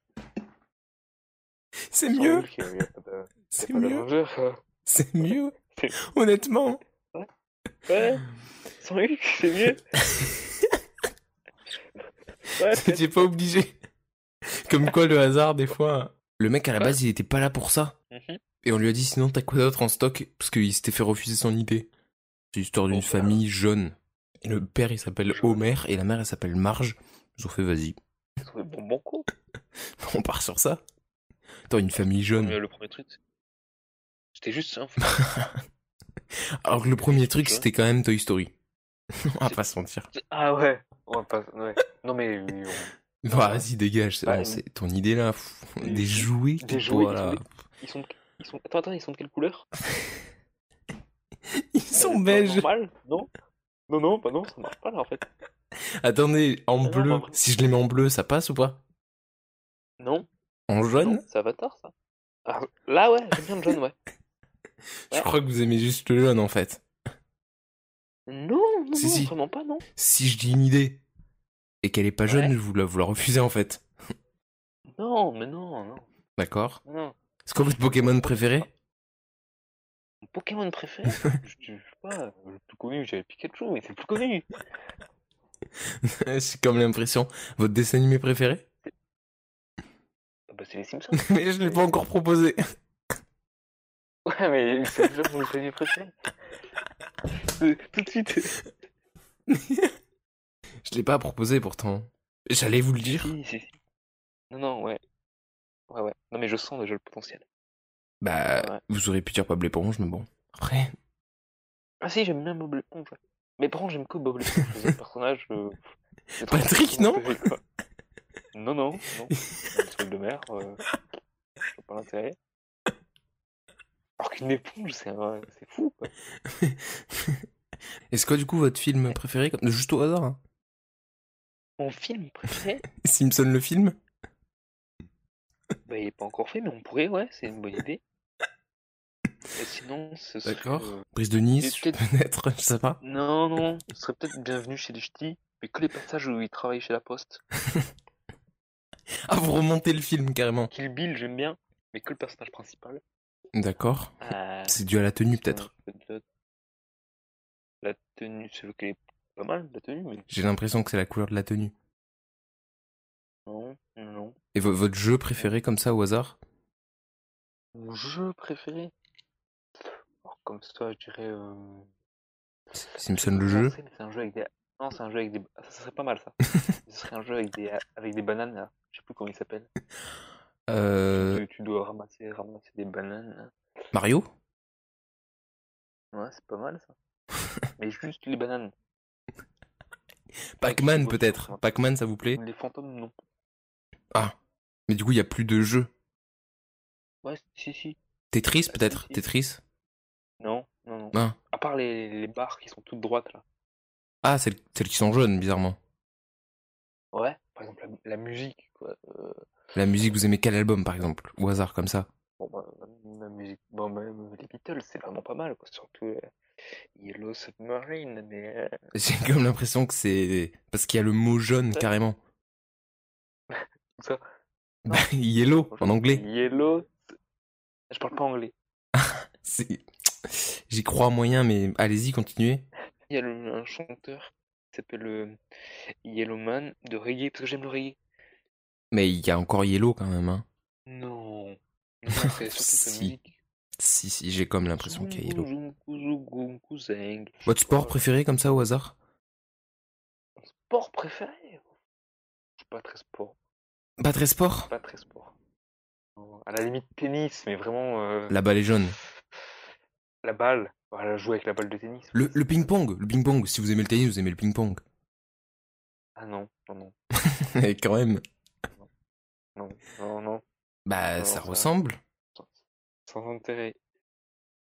S1: c'est
S3: Sans
S1: mieux,
S3: Hulk, il n'y a pas de- il y a
S1: c'est
S3: pas
S1: mieux,
S3: d'Avenger, quoi.
S1: c'est mieux.
S3: C'est-
S1: [LAUGHS] Honnêtement,
S3: Ouais, sans Hulk, c'est mieux. [LAUGHS] Ouais,
S1: t'es pas obligé. Comme quoi, le hasard, des fois. Le mec à la base, il était pas là pour ça.
S3: Mhm.
S1: Et on lui a dit sinon t'as quoi d'autre en stock Parce qu'il s'était fait refuser son idée. C'est l'histoire d'une
S3: Oh, voilà.
S1: famille jeune. Et le père il s'appelle
S3: Jeune.
S1: Homer et la mère elle s'appelle Marge. Ils ont fait vas-y, [LAUGHS]
S3: Ils sont des bonbons, quoi.
S1: on part sur ça. Attends, une famille
S3: Mais
S1: jeune.
S3: euh, le premier truc, c'était juste ça.
S1: [LAUGHS] Alors que le premier truc
S3: Tu vois
S1: c'était quand même Toy Story. [LAUGHS] on va pas se mentir.
S3: ah ouais. On va pas- ouais. Non mais euh, oui, on-
S1: Bah, Vas-y dégage, c'est
S3: Bah,
S1: bon, c'est ton idée là. pff,
S3: des-
S1: Des jouets.
S3: des
S1: qui-
S3: jouets,
S1: voilà.
S3: ils sont, ils sont. Attends, attends, ils sont de quelle couleur
S1: [LAUGHS] Ils sont
S3: Pas
S1: beiges.
S3: normal, Non. Non, non, bah non, ça marche pas là en fait.
S1: Attendez, en
S3: non,
S1: bleu.
S3: pas vrai.
S1: Si je les mets en bleu, ça passe ou pas
S3: Non.
S1: En jaune
S3: non, C'est Avatar ça. Ah, là ouais, j'aime bien le jaune ouais.
S1: Je crois que vous aimez juste le jaune en fait.
S3: Non, non,
S1: Si,
S3: non,
S1: si.
S3: vraiment pas non.
S1: si je dis une idée et qu'elle est pas jeune,
S3: Ouais.
S1: vous la, vous la refusez en fait.
S3: Non, mais non, non,
S1: D'accord
S3: non.
S1: C'est quoi votre Pokémon [LAUGHS] préféré
S3: Mon Pokémon
S1: [LAUGHS]
S3: préféré je, je sais pas, le plus connu, j'avais Pikachu, mais c'est le plus connu.
S1: J'ai comme l'impression. Votre dessin animé préféré
S3: Ah bah c'est les Simpsons.
S1: [LAUGHS]
S3: [LAUGHS]
S1: Mais je l'ai pas encore proposé.
S3: Ouais, mais c'est déjà mon premier préféré. Euh, Tout de
S1: [LAUGHS]
S3: suite.
S1: [LAUGHS] Je l'ai pas proposé pourtant. J'allais vous le dire.
S3: Si, si, si. Non, non, ouais. Ouais, ouais. Non, mais je sens déjà le potentiel.
S1: Bah,
S3: Ouais.
S1: vous auriez pu dire Pablo Éponge, mais bon. Après,
S3: Ah, si, j'aime bien Bob l'éponge. ouais. Mais par contre, j'aime que Bob l'éponge.
S1: [LAUGHS]
S3: Les autres personnages. euh, c'est trop
S1: Patrick,
S3: compliqué,
S1: non
S3: quoi. Non, non, non.
S1: [LAUGHS]
S3: Une toile de mer. Euh... Je vois pas l'intérêt. Alors qu'une éponge, c'est un- c'est fou, quoi.
S1: est-ce que du coup votre film préféré comme- Juste au hasard. hein.
S3: Mon film préféré,
S1: Simpson le film
S3: bah, il est pas encore fait, mais on pourrait, ouais, c'est une bonne idée. Et sinon, ce serait.
S1: D'accord.
S3: euh,
S1: Brise de Nice,
S3: Mais peut-être-
S1: peut-être, je sais pas.
S3: Non, non, il serait peut-être bienvenu chez les ch'tis, mais que les passages où il travaille chez la poste.
S1: Ah, vous remontez le film carrément.
S3: Kill Bill, j'aime bien, mais que le personnage principal.
S1: D'accord.
S3: Euh,
S1: C'est dû à la tenue
S3: sinon,
S1: peut-être.
S3: Euh, peut-être- La tenue, c'est vrai qu'elle est pas mal, la tenue, mais
S1: J'ai l'impression que c'est la couleur de la tenue.
S3: non, non, non.
S1: Et vo- votre jeu préféré comme ça au hasard
S3: Mon jeu préféré Alors, Comme ça, je dirais. Euh...
S1: Simpson le
S3: je
S1: jeu
S3: pensais, mais C'est un jeu avec des. Non, c'est un jeu avec des. ah, Ça serait
S1: [LAUGHS]
S3: pas mal ça. Ce serait un jeu avec des, avec des bananes, là. Je sais plus comment il s'appelle.
S1: euh,
S3: Tu, tu dois ramasser, ramasser des bananes. là.
S1: Mario
S3: Ouais, c'est pas mal
S1: [LAUGHS]
S3: ça. Mais juste les bananes.
S1: Pac-Man
S3: Avec-
S1: peut-être Pac-Man ça vous plaît
S3: Les fantômes, non.
S1: Ah Mais du coup il y a plus de jeu.
S3: Ouais, si, si.
S1: Tetris peut-être
S3: si, si.
S1: Tetris
S3: Non, non, non.
S1: Ah,
S3: À part les, les barres qui sont toutes droites là.
S1: ah celles, celles qui sont jaunes bizarrement.
S3: Ouais, par exemple la, la musique, quoi. Euh,
S1: La musique vous aimez quel album par exemple Au hasard comme ça. [LAUGHS]
S3: bon, bah, la, la musique. Bon, même les Beatles, c'est vraiment pas mal, quoi. Surtout euh, Yellow Submarine, mais. euh,
S1: J'ai comme l'impression que c'est parce qu'il y a le mot jaune carrément.
S3: Ça.
S1: [LAUGHS] Bah, yellow en anglais.
S3: Yellow. Je parle pas anglais.
S1: C'est- J'y crois moyen mais allez-y continuez.
S3: Il y a le- un chanteur s'appelle euh, Yellowman de reggae, parce que j'aime le reggae.
S1: Mais il y a encore Yellow quand même. Hein.
S3: Non. Non,
S1: [LAUGHS]
S3: c'est surtout
S1: Si.
S3: comme Nick.
S1: Si, si, j'ai comme l'impression qu'il y a Yellow.
S3: Zoum, zoum, zoum, zoum, zoum.
S1: Votre sport préféré comme ça au hasard
S3: Sport préféré Je suis pas très sport.
S1: Pas très sport
S3: Pas très sport. Non, À la limite tennis, mais vraiment. euh,
S1: La balle est jaune.
S3: La balle. Voilà, jouer avec la balle de tennis.
S1: Le, le ping-pong, le ping-pong. Si vous aimez le tennis, vous aimez le ping-pong.
S3: Ah non, non, non,
S1: [LAUGHS] Mais quand même.
S3: non, non, non.
S1: Bah,
S3: Non,
S1: ça
S3: ça-
S1: ressemble.
S3: Sans intérêt.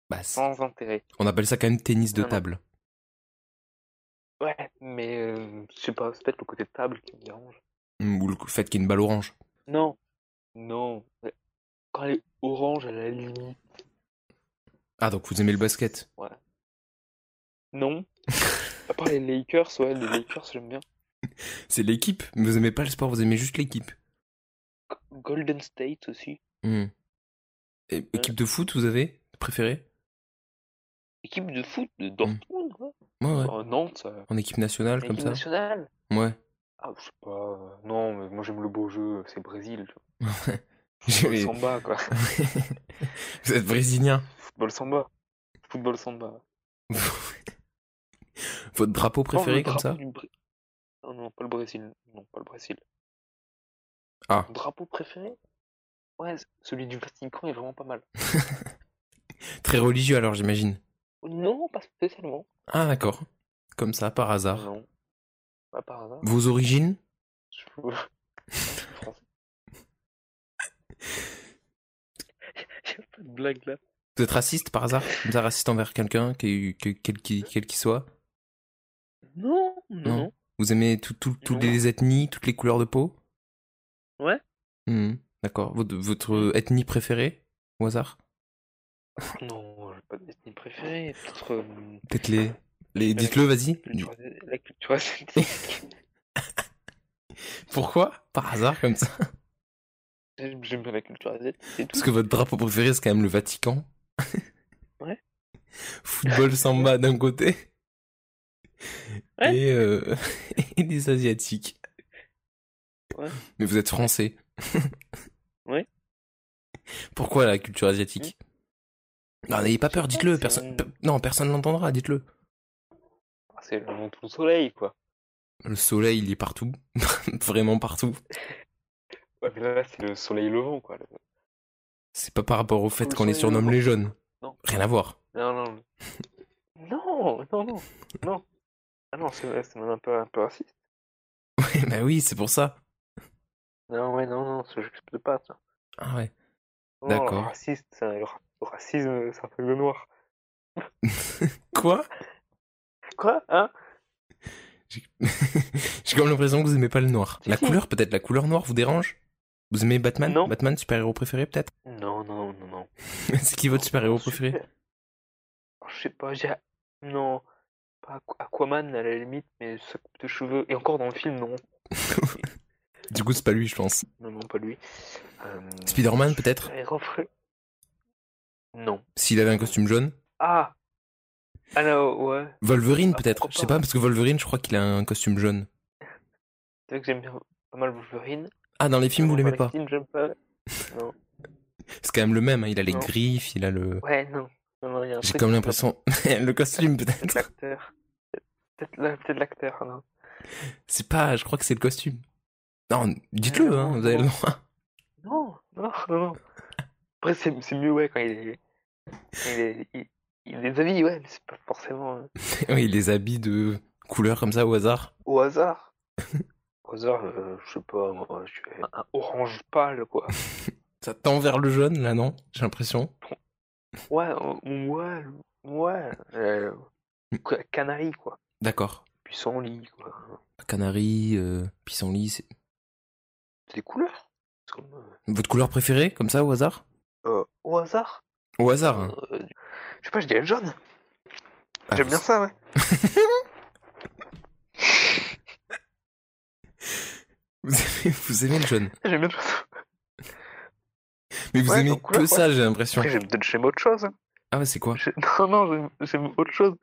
S1: Bah, c'est-
S3: Sans intérêt.
S1: on appelle ça quand même tennis de
S3: Non, non.
S1: table.
S3: Ouais, mais euh, je sais pas, c'est peut-être le côté de table qui me dérange.
S1: Mm, Ou le fait qu'il y ait une balle orange.
S3: Non, non. Quand elle est orange, à la limite.
S1: Ah, donc vous aimez le basket [LAUGHS]
S3: Non. À part les Lakers, ouais, les Lakers, j'aime bien.
S1: C'est l'équipe. mais Vous aimez pas le sport, vous aimez juste l'équipe.
S3: Go- Golden State aussi.
S1: Mm. Et- équipe de foot, vous avez préféré
S3: Équipe de foot de Dortmund, quoi.
S1: Ouais, ouais.
S3: Euh, Nantes, euh,
S1: En Oh. équipe nationale, comme
S3: équipe
S1: ça
S3: nationale.
S1: [LAUGHS] Ouais.
S3: Ah, je sais pas. euh, Non, mais moi j'aime le beau jeu, euh, c'est Brésil. Tu vois.
S1: [LAUGHS] J'ai-
S3: Football samba, quoi.
S1: vous êtes brésilien.
S3: Football samba. Football samba.
S1: [LAUGHS] Votre drapeau préféré
S3: Non, le
S1: comme ça
S3: drapeau du Bré- Non, non, pas le Brésil. Non, pas le Brésil.
S1: Ah.
S3: Mon Drapeau préféré Ouais, c- celui du Vatican est vraiment pas mal.
S1: Très religieux alors j'imagine.
S3: Non, pas spécialement.
S1: Ah d'accord. Comme ça, par hasard.
S3: Non. Pas par hasard.
S1: Vos origines
S3: Je suis français. Y a pas de blague là.
S1: Vous êtes raciste par hasard Comme ça, raciste envers quelqu'un, que- que- quel qu'il quel qu'il soit
S3: Non, non,
S1: Non. Vous aimez tout- tout- toutes les ethnies, toutes les couleurs de peau
S3: Ouais.
S1: Hmm, d'accord. Votre, votre ethnie préférée Au hasard
S3: non. Non, j'ai pas d'ethnie préférée. Peut-être euh,
S1: Peut-être les... les... Dites-le, vas-y.
S3: culture- la culture asiatique. [LAUGHS]
S1: Pourquoi Par hasard comme ça
S3: J'aime j'aime bien la culture asiatique, c'est tout.
S1: Parce que votre drapeau préféré, c'est quand même le Vatican.
S3: [LAUGHS] Ouais.
S1: Football samba d'un côté.
S3: Ouais.
S1: Et, euh, [LAUGHS] et les Asiatiques.
S3: Ouais.
S1: Mais vous êtes français.
S3: [LAUGHS] Ouais.
S1: Pourquoi la culture asiatique Non, n'ayez pas peur,
S3: Je sais pas,
S1: dites-le.
S3: c'est
S1: Personne...
S3: un-
S1: pe- Non, personne l'entendra, dites-le.
S3: Ah, C'est le monde au soleil, quoi.
S1: Le soleil, il est partout. [LAUGHS] Vraiment partout.
S3: Ouais, mais là, c'est le soleil levant, quoi. le-
S1: C'est pas par rapport au fait
S3: Le
S1: qu'on les
S3: soleil
S1: surnomme
S3: levant.
S1: les jaunes.
S3: Non.
S1: Rien à voir. [LAUGHS]
S3: Non, non. Non, non, non. Non. Ah non, c'est c'est même un peu, un peu raciste.
S1: Ouais, bah oui, c'est pour ça.
S3: Non, ouais, non, non, ça j'accepte pas, ça.
S1: Ah ouais.
S3: Non, le
S1: D'accord.
S3: raciste, c'est un- le ra- le racisme, c'est un peu le noir.
S1: Quoi
S3: Quoi, hein
S1: J'ai j'ai comme l'impression que vous aimez pas le noir.
S3: Si,
S1: La
S3: si.
S1: couleur, peut-être, la couleur noire vous dérange Vous aimez Batman
S3: Non.
S1: Batman, super-héros préféré, peut-être [LAUGHS]
S3: Non, non, non, non.
S1: C'est qui votre super-héros
S3: [LAUGHS]
S1: préféré
S3: Super- Oh, Je sais pas, j'ai... Non, pas Aqu- Aquaman, à la limite, mais sa coupe de cheveux. Et encore dans le film, non.
S1: Du coup, c'est pas lui, je pense.
S3: Non, non, pas lui. Euh,
S1: Spider-Man, peut-être
S3: super-héros pré- Non.
S1: S'il avait un costume jaune
S3: Ah Alors, ouais.
S1: Wolverine,
S3: Ah,
S1: peut-être
S3: pourquoi
S1: Je sais
S3: pas.
S1: pas, parce que Wolverine, je crois qu'il a un costume jaune.
S3: C'est vrai que j'aime bien pas mal Wolverine.
S1: Ah, dans les films, vous
S3: Vraiment,
S1: l'aimez pas
S3: Palestine, j'aime pas.
S1: C'est quand même le même, hein, il a les
S3: Non.
S1: griffes, il a le...
S3: Ouais, non. Non, non, il y a un
S1: J'ai
S3: truc
S1: comme
S3: qui
S1: l'impression... [LAUGHS] le costume,
S3: m'a- Peut-être
S1: peut-être
S3: l'acteur. Peut-être la- peut-être l'acteur, non.
S1: C'est pas... Je crois que c'est le costume. Non, dites-le,
S3: Euh,
S1: hein, vous avez le droit.
S3: Non, non, non, non. Après, c'est c'est mieux, ouais, quand il est. quand il est. Il, il les habille, ouais, mais c'est pas forcément euh,
S1: Oui, les habits de couleur comme ça, au hasard.
S3: au hasard. Au hasard, euh, je sais pas, moi, je suis
S1: Ah,
S3: un, un orange pâle, quoi.
S1: Ça tend vers le jaune, là, non J'ai l'impression.
S3: Ouais, euh, ouais, ouais. Euh,
S1: Mm.
S3: ca- canari, quoi.
S1: D'accord.
S3: Puis sans lit, quoi.
S1: Canari, euh, pissenlit. c'est-
S3: C'est des couleurs. C'est comme, euh,
S1: Votre couleur préférée, comme ça, au hasard
S3: euh, au hasard.
S1: Au hasard. hein.
S3: Euh, je sais pas, je dirais le jaune.
S1: Ah,
S3: Euh, J'aime bien ça, ouais.
S1: Vous [LAUGHS] aimez, vous aimez le jaune.
S3: J'aime bien ça.
S1: Mais vous
S3: Ouais,
S1: aimez
S3: nos couleurs,
S1: que
S3: ouais.
S1: ça, j'ai l'impression.
S3: Après, j'aime peut-être j'aime autre chose. hein. [LAUGHS]
S1: Ah ouais, c'est quoi
S3: Je- Non, non, j'aime- j'aime autre chose.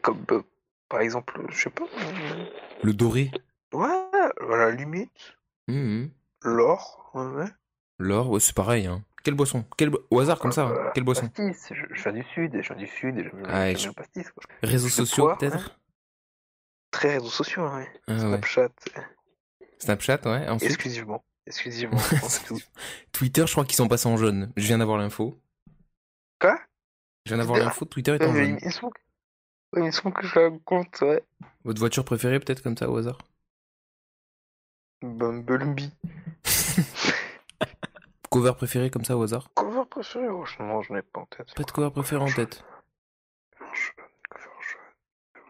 S3: Comme euh, Par exemple, je sais pas. euh,
S1: Le doré.
S3: Ouais, à la limite.
S1: Mhm.
S3: L'or, ouais, ouais.
S1: L'or, ouais, c'est pareil. Hein. Quelle boisson Quelle bo- Au hasard, comme ça. hein.
S3: Euh,
S1: Quelle boisson
S3: Pastis, je, je viens du sud, et je viens du sud, et j'aime
S1: Ah, et
S3: j'aime
S1: je-
S3: bien le pastis. Quoi.
S1: Réseaux
S3: je hein.
S1: sociaux,
S3: bois,
S1: peut-être
S3: Très réseaux sociaux, hein, ouais.
S1: Ah, ouais.
S3: Snapchat,
S1: Snapchat, ouais. [LAUGHS] Ensuite,
S3: exclusivement.
S1: [LAUGHS]
S3: Exclusivement, c'est tout.
S1: Twitter, je crois qu'ils sont passés en jaune. Je viens d'avoir l'info.
S3: Quoi
S1: Je viens d'avoir
S3: Twitter Euh,
S1: l'info, Twitter est
S3: Ouais,
S1: en
S3: mais
S1: jaune.
S3: il me semble que- ouais, il me semble que je la compte, ouais.
S1: Votre voiture préférée, peut-être, comme ça, au hasard
S3: Bumblebee.
S1: Cover préféré, comme ça, au hasard
S3: Cover préféré oh, je- Non, je n'ai pas en tête.
S1: Pas de cover préféré en tête.
S3: Cover jaune, cover jaune.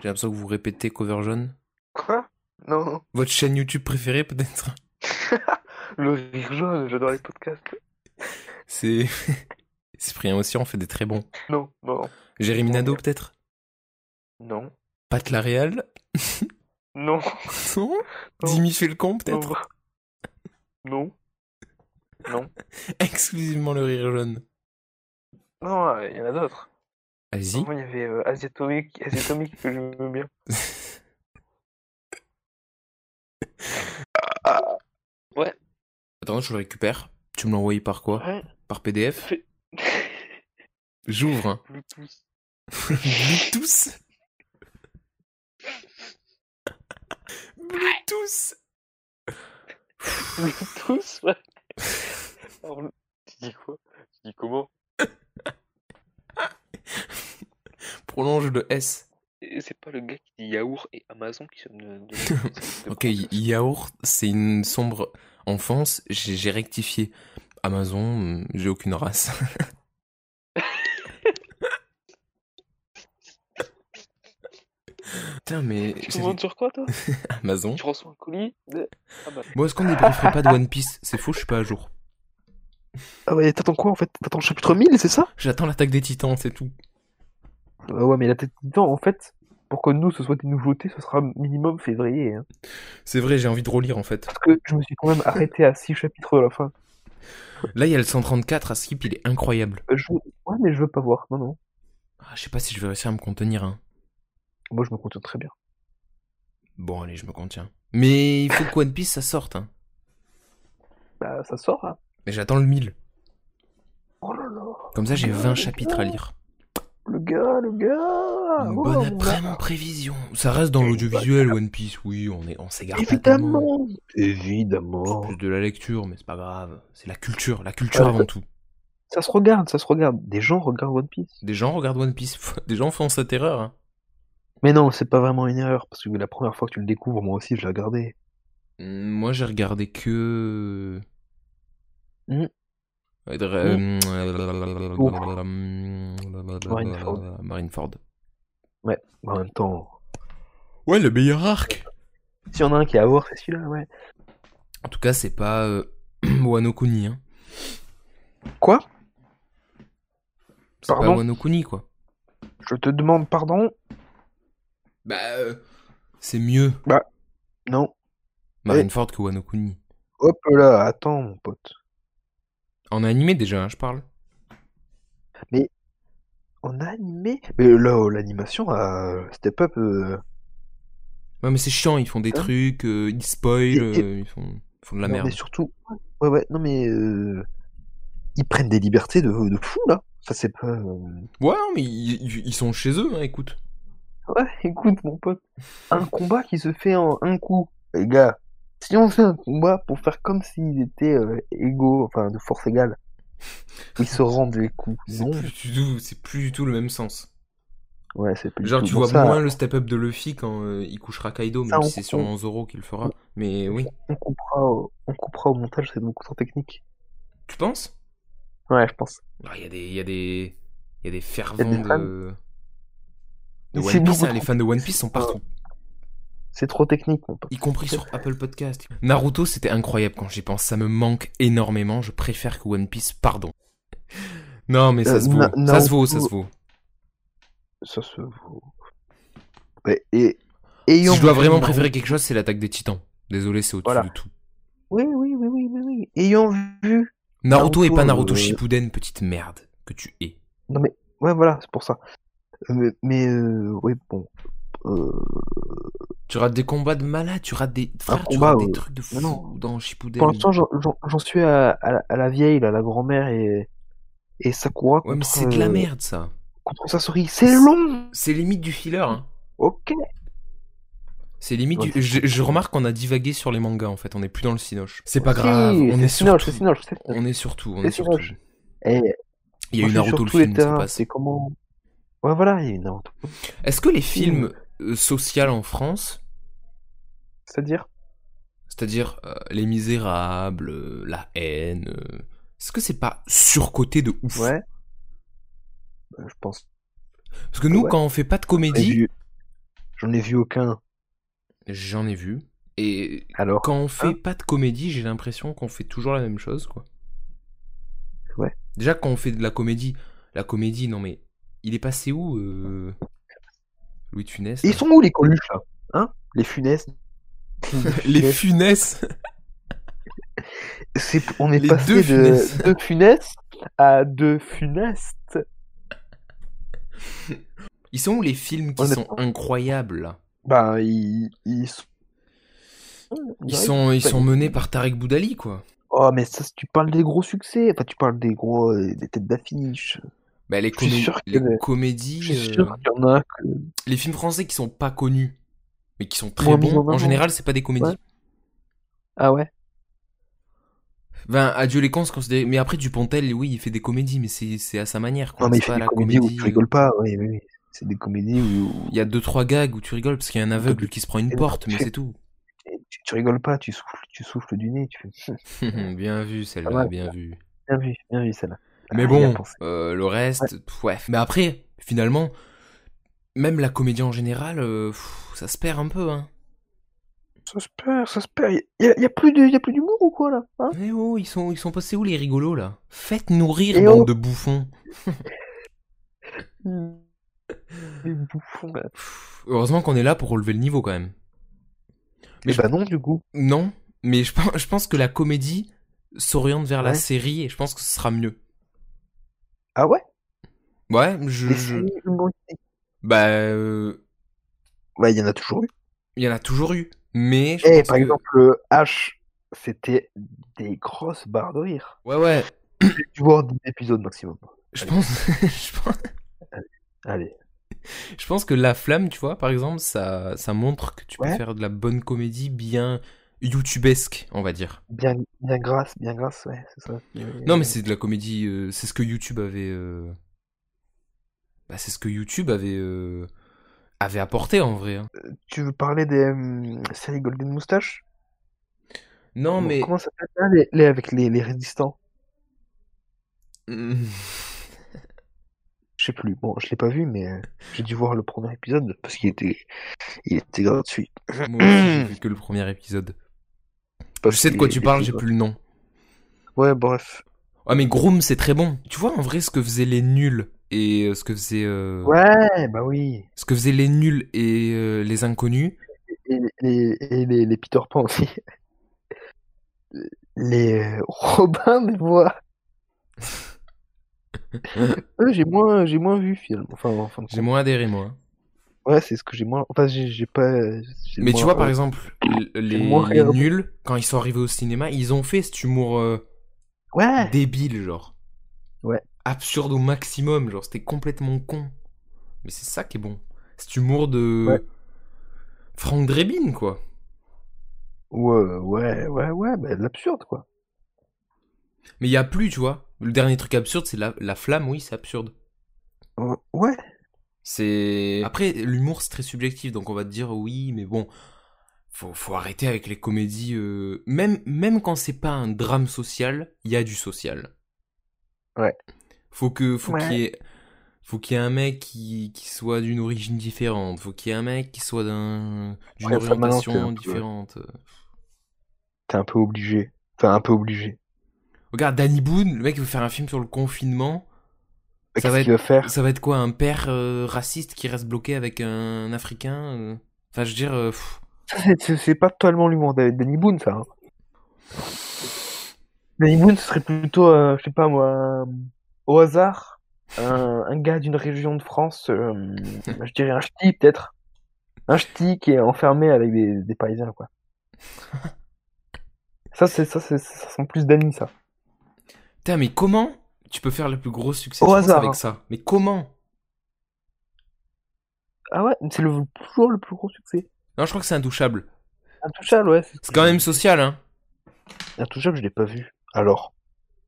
S1: J'ai l'impression que vous répétez cover jaune.
S3: Quoi Non, non.
S1: Votre chaîne YouTube préférée, peut-être [LAUGHS]
S3: Le rire jaune, j'adore les podcasts.
S1: C'est. [LAUGHS] Cyprien aussi, on fait des très bons.
S3: Non, non,
S1: Jérémy Nado, peut-être
S3: non.
S1: Pat Laréal
S3: Non,
S1: [LAUGHS]
S3: [LAUGHS]
S1: Non
S3: Non.
S1: Dimitri Felcon,
S3: non.
S1: peut-être
S3: Non.
S1: Exclusivement le rire jaune.
S3: Non, euh, il y en a d'autres.
S1: Allez-y.
S3: Avant, il y avait euh, Asiatomic, Asiatomic que j'aime bien. [LAUGHS]
S1: Attends, je le récupère. Tu me l'envoies par quoi
S3: Ouais.
S1: Par PDF J'ouvre.
S3: [LAUGHS]
S1: hein.
S3: Bluetooth.
S1: Bluetooth Bluetooth
S3: Bluetooth, ouais. Alors, le- tu dis quoi Tu dis comment
S1: Prolonge le S.
S3: Et C'est pas le gars qui dit yaourt et Amazon qui se de.
S1: [LAUGHS]
S3: de-
S1: Ok, yaourt, c'est une sombre enfance. J'ai j'ai rectifié. Amazon, euh, j'ai aucune race. [LAUGHS] Putain, mais.
S3: Tu
S1: j'ai
S3: commandes
S1: dit
S3: sur quoi, toi
S1: Amazon.
S3: Tu reçois un colis de Amazon.
S1: Bon, est-ce qu'on débrieferait pas de One Piece C'est faux, je suis pas à jour.
S2: Ah ouais, t'attends quoi en fait T'attends le chapitre 1000, c'est ça
S1: J'attends l'attaque des titans, c'est tout.
S3: Ah
S2: Euh, ouais, mais la tête du temps, en fait, pour que nous, ce soit des nouveautés, ce sera minimum février. hein.
S1: C'est vrai, j'ai envie de relire en fait.
S2: Parce que je me suis quand même arrêté à 6 chapitres de la fin.
S1: Là, il y a le 134 à skip, il est incroyable.
S2: Euh, je- Ouais, mais je veux pas voir. Non, non.
S1: Ah, je sais pas si je vais réussir à me contenir. Hein.
S2: Moi, je me contente très bien.
S1: Bon, allez, je me contiens. Mais il faut que One Piece ça sorte. Hein.
S2: Bah, ça sort, hein.
S1: Mais j'attends le 1000.
S2: Oh là là,
S1: Comme ça, j'ai 20 chapitres à lire.
S2: le gars, le gars
S1: Une
S2: Oh,
S1: bonne
S2: mon
S1: après
S2: gars.
S1: prévision. Ça reste dans l'audiovisuel, One Piece, oui, on, est, on s'égare pas tellement.
S2: Évidemment Évidemment
S1: C'est de la lecture, mais c'est pas grave. C'est la culture, la culture
S2: Ouais.
S1: avant tout.
S2: Ça se regarde, ça se regarde. Des gens regardent One Piece.
S1: Des gens regardent One Piece, des gens font sa terreur. Hein.
S2: Mais non, c'est pas vraiment une erreur, parce que la première fois que tu le découvres, moi aussi, je l'ai regardé.
S1: Mm, Moi, j'ai regardé que.
S2: Mm.
S1: Euh, euh,
S2: Oh.
S1: Marineford. Marineford.
S2: En même temps,
S1: Ouais, le meilleur arc.
S2: s'il y en a un qui est à voir, c'est celui-là, ouais.
S1: En tout cas, c'est pas euh, [CLEARS THROAT] Wano Kuni. Hein.
S2: Quoi
S1: C'est pas
S2: Pardon
S1: Wano Kuni, quoi.
S2: Je te demande pardon
S1: Bah, euh, c'est mieux
S2: Non.
S1: Marineford que Wano Kuni.
S2: Hop là, attends, mon pote.
S1: En animé déjà, hein, je parle.
S2: On a animé Mais là, oh, l'animation a step up. euh,
S1: Ouais, mais c'est chiant, ils font des
S2: Hein
S1: trucs, euh, ils spoilent,
S2: Et- et-
S1: euh, ils, font, ils font de la
S2: non,
S1: merde.
S2: Mais surtout, ouais, ouais, non, mais euh, ils prennent des libertés de, de fou, là. Ça, c'est pas. euh,
S1: Ouais, mais ils, ils- ils sont chez eux, hein, écoute.
S2: Ouais, [LAUGHS] écoute, mon pote. Un combat qui se fait en un coup. Les gars, si on fait un combat pour faire comme s'ils étaient euh, égaux, enfin, de force égale, ils
S1: [LAUGHS]
S2: se rendent les coups.
S1: C'est
S2: Non,
S1: plus, du tout- c'est plus du tout le même sens.
S2: ouais, c'est plus. du
S1: Genre,
S2: tout
S1: tu
S2: pour
S1: vois
S2: ça,
S1: moins le step-up de Luffy quand euh, il couchera Kaido,
S2: Ça,
S1: même
S2: on
S1: si c'est sûrement Zoro qui le fera. Mais oui.
S2: On coupera, au... on coupera au montage, c'est beaucoup trop technique.
S1: Tu penses
S2: Ouais, je pense.
S1: Ah, Il y a des. Il y a des. Il y a des fervents
S2: Il y a des fans.
S1: de. De
S2: Mais
S1: One
S2: c'est
S1: Piece,
S2: beaucoup
S1: hein, les
S2: trop-
S1: fans de One Piece sont partout,
S2: C'est trop technique, mon pote.
S1: y compris sur Apple Podcast. Naruto, c'était incroyable quand j'y pense, ça me manque énormément, je préfère que One Piece, pardon. [LAUGHS] Non, mais ça
S2: Euh,
S1: se vaut,
S2: Na-
S1: ça se vaut, ça
S2: Naruto-
S1: se vaut.
S2: Ça se vaut. Ouais, et.
S1: Si
S2: ayant
S1: je dois
S2: vu
S1: vraiment
S2: Naruto-
S1: préférer quelque chose, c'est l'attaque des titans. Désolé, c'est au-dessus
S2: Voilà.
S1: de tout.
S2: Oui, oui, oui, oui, oui, oui. Ayant vu.
S1: Naruto, et pas
S2: Naruto,
S1: Naruto
S2: euh,
S1: Shippuden, petite merde que tu es.
S2: Non, mais. Ouais, voilà, c'est pour ça. Euh, mais, euh, ouais, bon. euh,
S1: Tu rates des combats de malade, tu rates des, frère, tu
S2: combat,
S1: rates des
S2: ouais.
S1: trucs de fou
S2: non.
S1: dans Shippuden.
S2: Pour l'instant, j'en- j'en j'en suis à, à la- à la vieille, là, la grand-mère et, et Sakura
S1: Ouais, mais
S2: contre,
S1: c'est de la
S2: euh,
S1: merde ça.
S2: contre Sasori. C'est long
S1: C'est limite du filler. hein.
S2: Ok.
S1: C'est limite
S2: Ouais,
S1: du. Je, je remarque qu'on a divagué sur les mangas en fait. On est plus dans le cinoche. C'est pas
S2: Si,
S1: grave. On
S2: c'est
S1: est
S2: Sinoche,
S1: surtout.
S2: c'est Sinoche, c'est Sinoche.
S1: On est surtout. On
S2: C'est
S1: est surtout.
S2: Sinoche. Eh,
S1: Il y
S2: moi,
S1: a eu
S2: je suis
S1: Naruto
S2: sur
S1: le
S2: tous les
S1: film, ça
S2: terrains,
S1: passe.
S2: C'est comment Ouais, voilà, il y a eu Naruto.
S1: Est-ce que les films euh, sociaux en France,
S2: C'est-à-dire
S1: c'est-à-dire euh, Les Misérables, euh, La haine, euh, est-ce que c'est pas surcoté de ouf
S2: Ouais. Bah, je pense.
S1: Parce que nous,
S2: Ouais.
S1: quand on fait pas de
S2: J'en ai
S1: comédie,
S2: vu- J'en ai vu aucun.
S1: j'en ai vu. Et
S2: Alors,
S1: quand on fait pas de comédie, j'ai l'impression qu'on fait toujours la même chose, quoi.
S2: Ouais.
S1: Déjà, quand on fait de la comédie, la comédie, non mais, il est passé où, euh, Louis de Funès
S2: ils
S1: là
S2: sont où les coluches là Hein Les funesses
S1: [LAUGHS] Les Funès
S2: C'est- On est
S1: Les
S2: passé
S1: deux
S2: de
S1: funesses.
S2: de funesses à de funestes.
S1: Ils sont où les films qui
S2: Honnêtement.
S1: sont incroyables, là
S2: Bah, ils, ils sont.
S1: Ils sont, ils
S2: pas
S1: sont
S2: du
S1: menés par Tarek Boudali, quoi.
S2: Oh, mais ça, tu parles des gros succès. Enfin, tu parles des gros. euh, des têtes d'affiche.
S1: Bah, les,
S2: Je suis
S1: comé-
S2: sûr que
S1: les
S2: le-
S1: comédies,
S2: Je suis
S1: euh,
S2: sûr qu'il y en a. que-
S1: les films français qui sont pas connus, mais qui sont très
S2: Moins mis en
S1: bons, en
S2: avant.
S1: général, c'est pas des comédies.
S2: Ouais. Ah ouais
S1: Ben, Adieu les cons, c'est considéré- mais après Dupontel, oui, il fait des comédies, mais c'est c'est à sa manière, quoi.
S2: Non, mais il
S1: C'est
S2: fait
S1: pas
S2: des
S1: la
S2: comédies où
S1: comédie. euh.
S2: tu rigoles pas. Oui, oui, oui. C'est des comédies où
S1: Il y a deux trois gags où tu rigoles parce qu'il y a un aveugle qui se prend une
S2: Et
S1: porte, mais
S2: tu-
S1: c'est tout.
S2: tu, tu rigoles pas, tu souffles, tu souffles du nez. Tu fais. [LAUGHS]
S1: [LAUGHS] bien vu
S2: Ah
S1: celle-là,
S2: ouais.
S1: bien vu.
S2: Bien vu, bien vu celle-là. Ah,
S1: Mais
S2: il y a
S1: bon,
S2: pensé.
S1: euh, le reste, pff, ouais. Mais après, finalement, même la comédie en général, euh, pff, ça se perd un peu, hein.
S2: Ça se perd, ça se perd. Y a, y a plus de, y a plus d'humour ou quoi là hein
S1: Eh oh, ils sont, ils sont passés où les rigolos là Faites nourrir
S2: Eh
S1: bande
S2: oh.
S1: de bouffons.
S2: Les bouffons. Hmm. Bah,
S1: Pff, heureusement qu'on est là pour relever le niveau quand même. Mais
S2: mais
S1: je-
S2: bah non du coup.
S1: Non, mais je pense, je pense que la comédie s'oriente vers la
S2: Ouais.
S1: série et je pense que ce sera mieux.
S2: Ah ouais
S1: Ouais, je.
S2: Des
S1: je-
S2: séries humoristiques.
S1: Bah, euh,
S2: Bah il y en a toujours eu.
S1: il y en a toujours eu. Mais je
S2: Eh
S1: pense
S2: par
S1: que-
S2: exemple euh, H, c'était des grosses barres de rire.
S1: Ouais, ouais.
S2: J'ai dû voir 10 épisodes maximum.
S1: Je pense, [LAUGHS] je pense,
S2: Allez.
S1: je pense que La Flamme, tu vois, par exemple, ça, ça montre que tu peux
S2: Ouais.
S1: faire de la bonne comédie bien youtubesque, on va dire.
S2: Bien, bien grasse, bien grasse, ouais, c'est ça.
S1: Non, mais c'est de la comédie. euh, c'est ce que YouTube avait. euh, Bah, c'est ce que YouTube avait. euh, avait apporté en vrai. hein.
S2: Tu veux parler des hum, séries Golden Moustache
S1: Non, [LAUGHS] mais.
S2: Comment ça s'appelle là, les, les- avec les, les résistants
S1: Mm.
S2: Je sais plus. Bon, je l'ai pas vu, mais euh, j'ai dû voir le premier épisode parce qu'il était, il était gratuit.
S1: Moi aussi, j'ai vu que le premier épisode. Je sais de quoi tu parles, j'ai plus le nom.
S2: Ouais, bref.
S1: Ah, mais Groom, c'est très bon. Tu vois, en vrai, ce que faisaient les nuls et euh, ce que faisaient. euh,
S2: Ouais, bah oui.
S1: Ce que faisaient les nuls et euh, les inconnus.
S2: Et les, et les, les Peter Pan aussi. [LAUGHS] Les euh, Robin des
S1: [LAUGHS]
S2: Bois. Eux, j'ai moins, j'ai moins vu finalement. Enfin, en fin de
S1: J'ai
S2: compte.
S1: moins adhéré, moi.
S2: Ouais, c'est ce que j'ai moins. Enfin, j'ai j'ai pas. j'ai
S1: Mais tu
S2: moins-
S1: vois, par exemple, l- les,
S2: moins
S1: les
S2: regardé.
S1: nuls, quand ils sont arrivés au cinéma, ils ont fait cet humour euh,
S2: Ouais.
S1: débile, genre.
S2: Ouais.
S1: Absurde au maximum, genre, c'était complètement con. Mais c'est ça qui est bon. Cet humour de.
S2: Ouais.
S1: Franck Drebin, quoi.
S2: Ouais, ouais, ouais, ouais, bah, de l'absurde quoi.
S1: Mais il y a plus, tu vois. Le dernier truc absurde, c'est la, la flamme, oui, c'est absurde.
S2: Euh, Ouais.
S1: C'est. Après, l'humour, c'est très subjectif, donc on va te dire oui, mais bon. Faut, faut arrêter avec les comédies. euh, Même, même quand c'est pas un drame social, il y a du social.
S2: Ouais.
S1: Faut que, faut
S2: Ouais.
S1: qu'il y ait. Faut qu'il y ait un mec qui, qui soit d'une origine différente. Faut qu'il y ait un mec qui soit d'un, d'une
S2: Ouais, enfin, maintenant, c'est
S1: orientation
S2: un peu-
S1: différente.
S2: T'es un peu obligé. Enfin, un peu obligé.
S1: Regarde, Danny Boone, le mec il veut faire un film sur le confinement.
S2: Bah,
S1: Ça
S2: Qu'est-ce
S1: va
S2: qu'il va faire?
S1: Ça va être quoi Un père euh, raciste qui reste bloqué avec un Africain euh Enfin, je veux dire. euh, pff.
S2: Ça, c'est- C'est c'est pas totalement l'humour de Danny Boone, ça. hein. Danny Boone, ce serait plutôt, euh, je sais pas moi, euh, au
S1: [LAUGHS]
S2: hasard, un, un gars d'une région de France, euh, je dirais un ch'ti peut-être, un ch'ti qui est enfermé avec des, des Parisiens,
S1: [LAUGHS]
S2: quoi. ça, c'est ça, c'est ça sent plus d'amis, ça.
S1: Putain, mais comment tu peux faire le plus gros succès de
S2: Au
S1: France
S2: hasard, hein.
S1: avec ça Mais comment
S2: Ah ouais, c'est le, toujours le plus gros succès.
S1: Non, je crois que c'est intouchable.
S2: Intouchable, ouais.
S1: C'est quand même social, hein.
S2: Intouchable, je l'ai pas vu. Alors.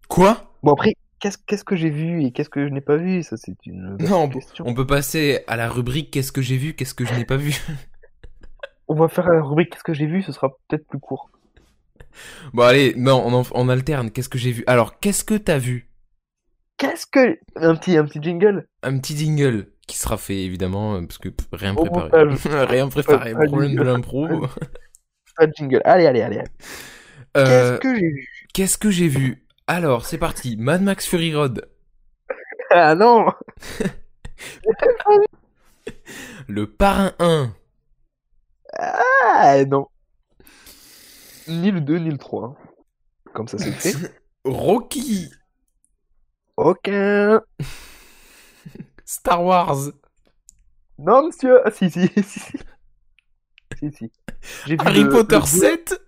S1: Quoi
S2: Bon, après, qu'est-ce qu'est-ce que j'ai vu et qu'est-ce que je n'ai pas vu Ça, c'est une vaste
S1: Non,
S2: question.
S1: [LAUGHS] On peut passer à la rubrique qu'est-ce que j'ai vu, qu'est-ce que je n'ai pas vu. [LAUGHS]
S2: On va faire la rubrique qu'est-ce que j'ai vu, ce sera peut-être plus court.
S1: Bon, allez, non, on, en- on alterne. Qu'est-ce que j'ai vu Alors, qu'est-ce que t'as vu
S2: Qu'est-ce que. Un petit, un petit jingle
S1: Un petit jingle qui sera fait, évidemment, euh, parce que pff, rien
S2: Au
S1: préparé. [LAUGHS] rien
S2: Pas-
S1: préparé,
S2: pas
S1: problème de
S2: jingle.
S1: l'impro.
S2: Pas de jingle. Allez, allez, allez. allez. [LAUGHS] Qu'est-ce
S1: Euh,
S2: que j'ai vu [LAUGHS]
S1: Qu'est-ce que j'ai vu Alors, c'est parti. Mad Max Fury Road.
S2: Ah non
S1: Le parrain 1.
S2: Ah non Ni le 2, ni le 3. hein. Comme ça, c'est
S1: [LAUGHS]
S2: fait.
S1: Rocky.
S2: Aucun
S1: Star Wars.
S2: Non, monsieur Ah si, [LAUGHS] si, si, si. Si, si. J'ai vu
S1: Harry
S2: le-
S1: Potter
S2: le deux-
S1: 7.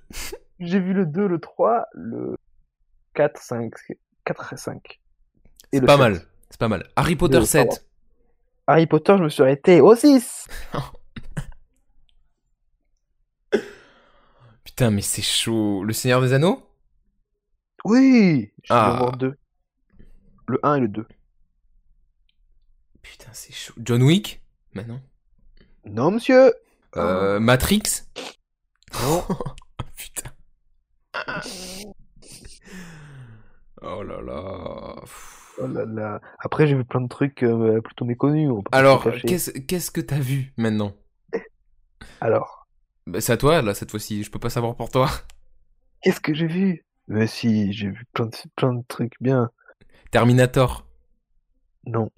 S2: J'ai vu le 2, le 3, le 4, 5. 4 et 5. Et le
S1: Pas
S2: sept.
S1: mal. C'est pas mal. Harry Potter
S2: Le Star
S1: 7.
S2: Wars. Harry Potter, je me suis arrêté au 6
S1: Putain, mais c'est chaud. Le Seigneur des Anneaux
S2: Oui Je suis
S1: Ah.
S2: allé voir deux. Le 1 et le 2.
S1: Putain, c'est chaud. John Wick Maintenant.
S2: Non, monsieur
S1: Euh, Matrix [LAUGHS]
S2: Non.
S1: Putain. Oh là là. Pff.
S2: Oh là là. Après, j'ai vu plein de trucs euh, plutôt méconnus. on peut pas
S1: Alors,
S2: se cacher.
S1: qu'est-ce qu'est-ce que t'as vu maintenant
S2: Alors
S1: Bah, C'est à toi, là, cette fois-ci. Je peux pas savoir pour toi. [LAUGHS]
S2: Qu'est-ce que j'ai vu? Mais si, j'ai vu plein de, plein de trucs bien.
S1: Terminator. [LAUGHS]
S2: Non.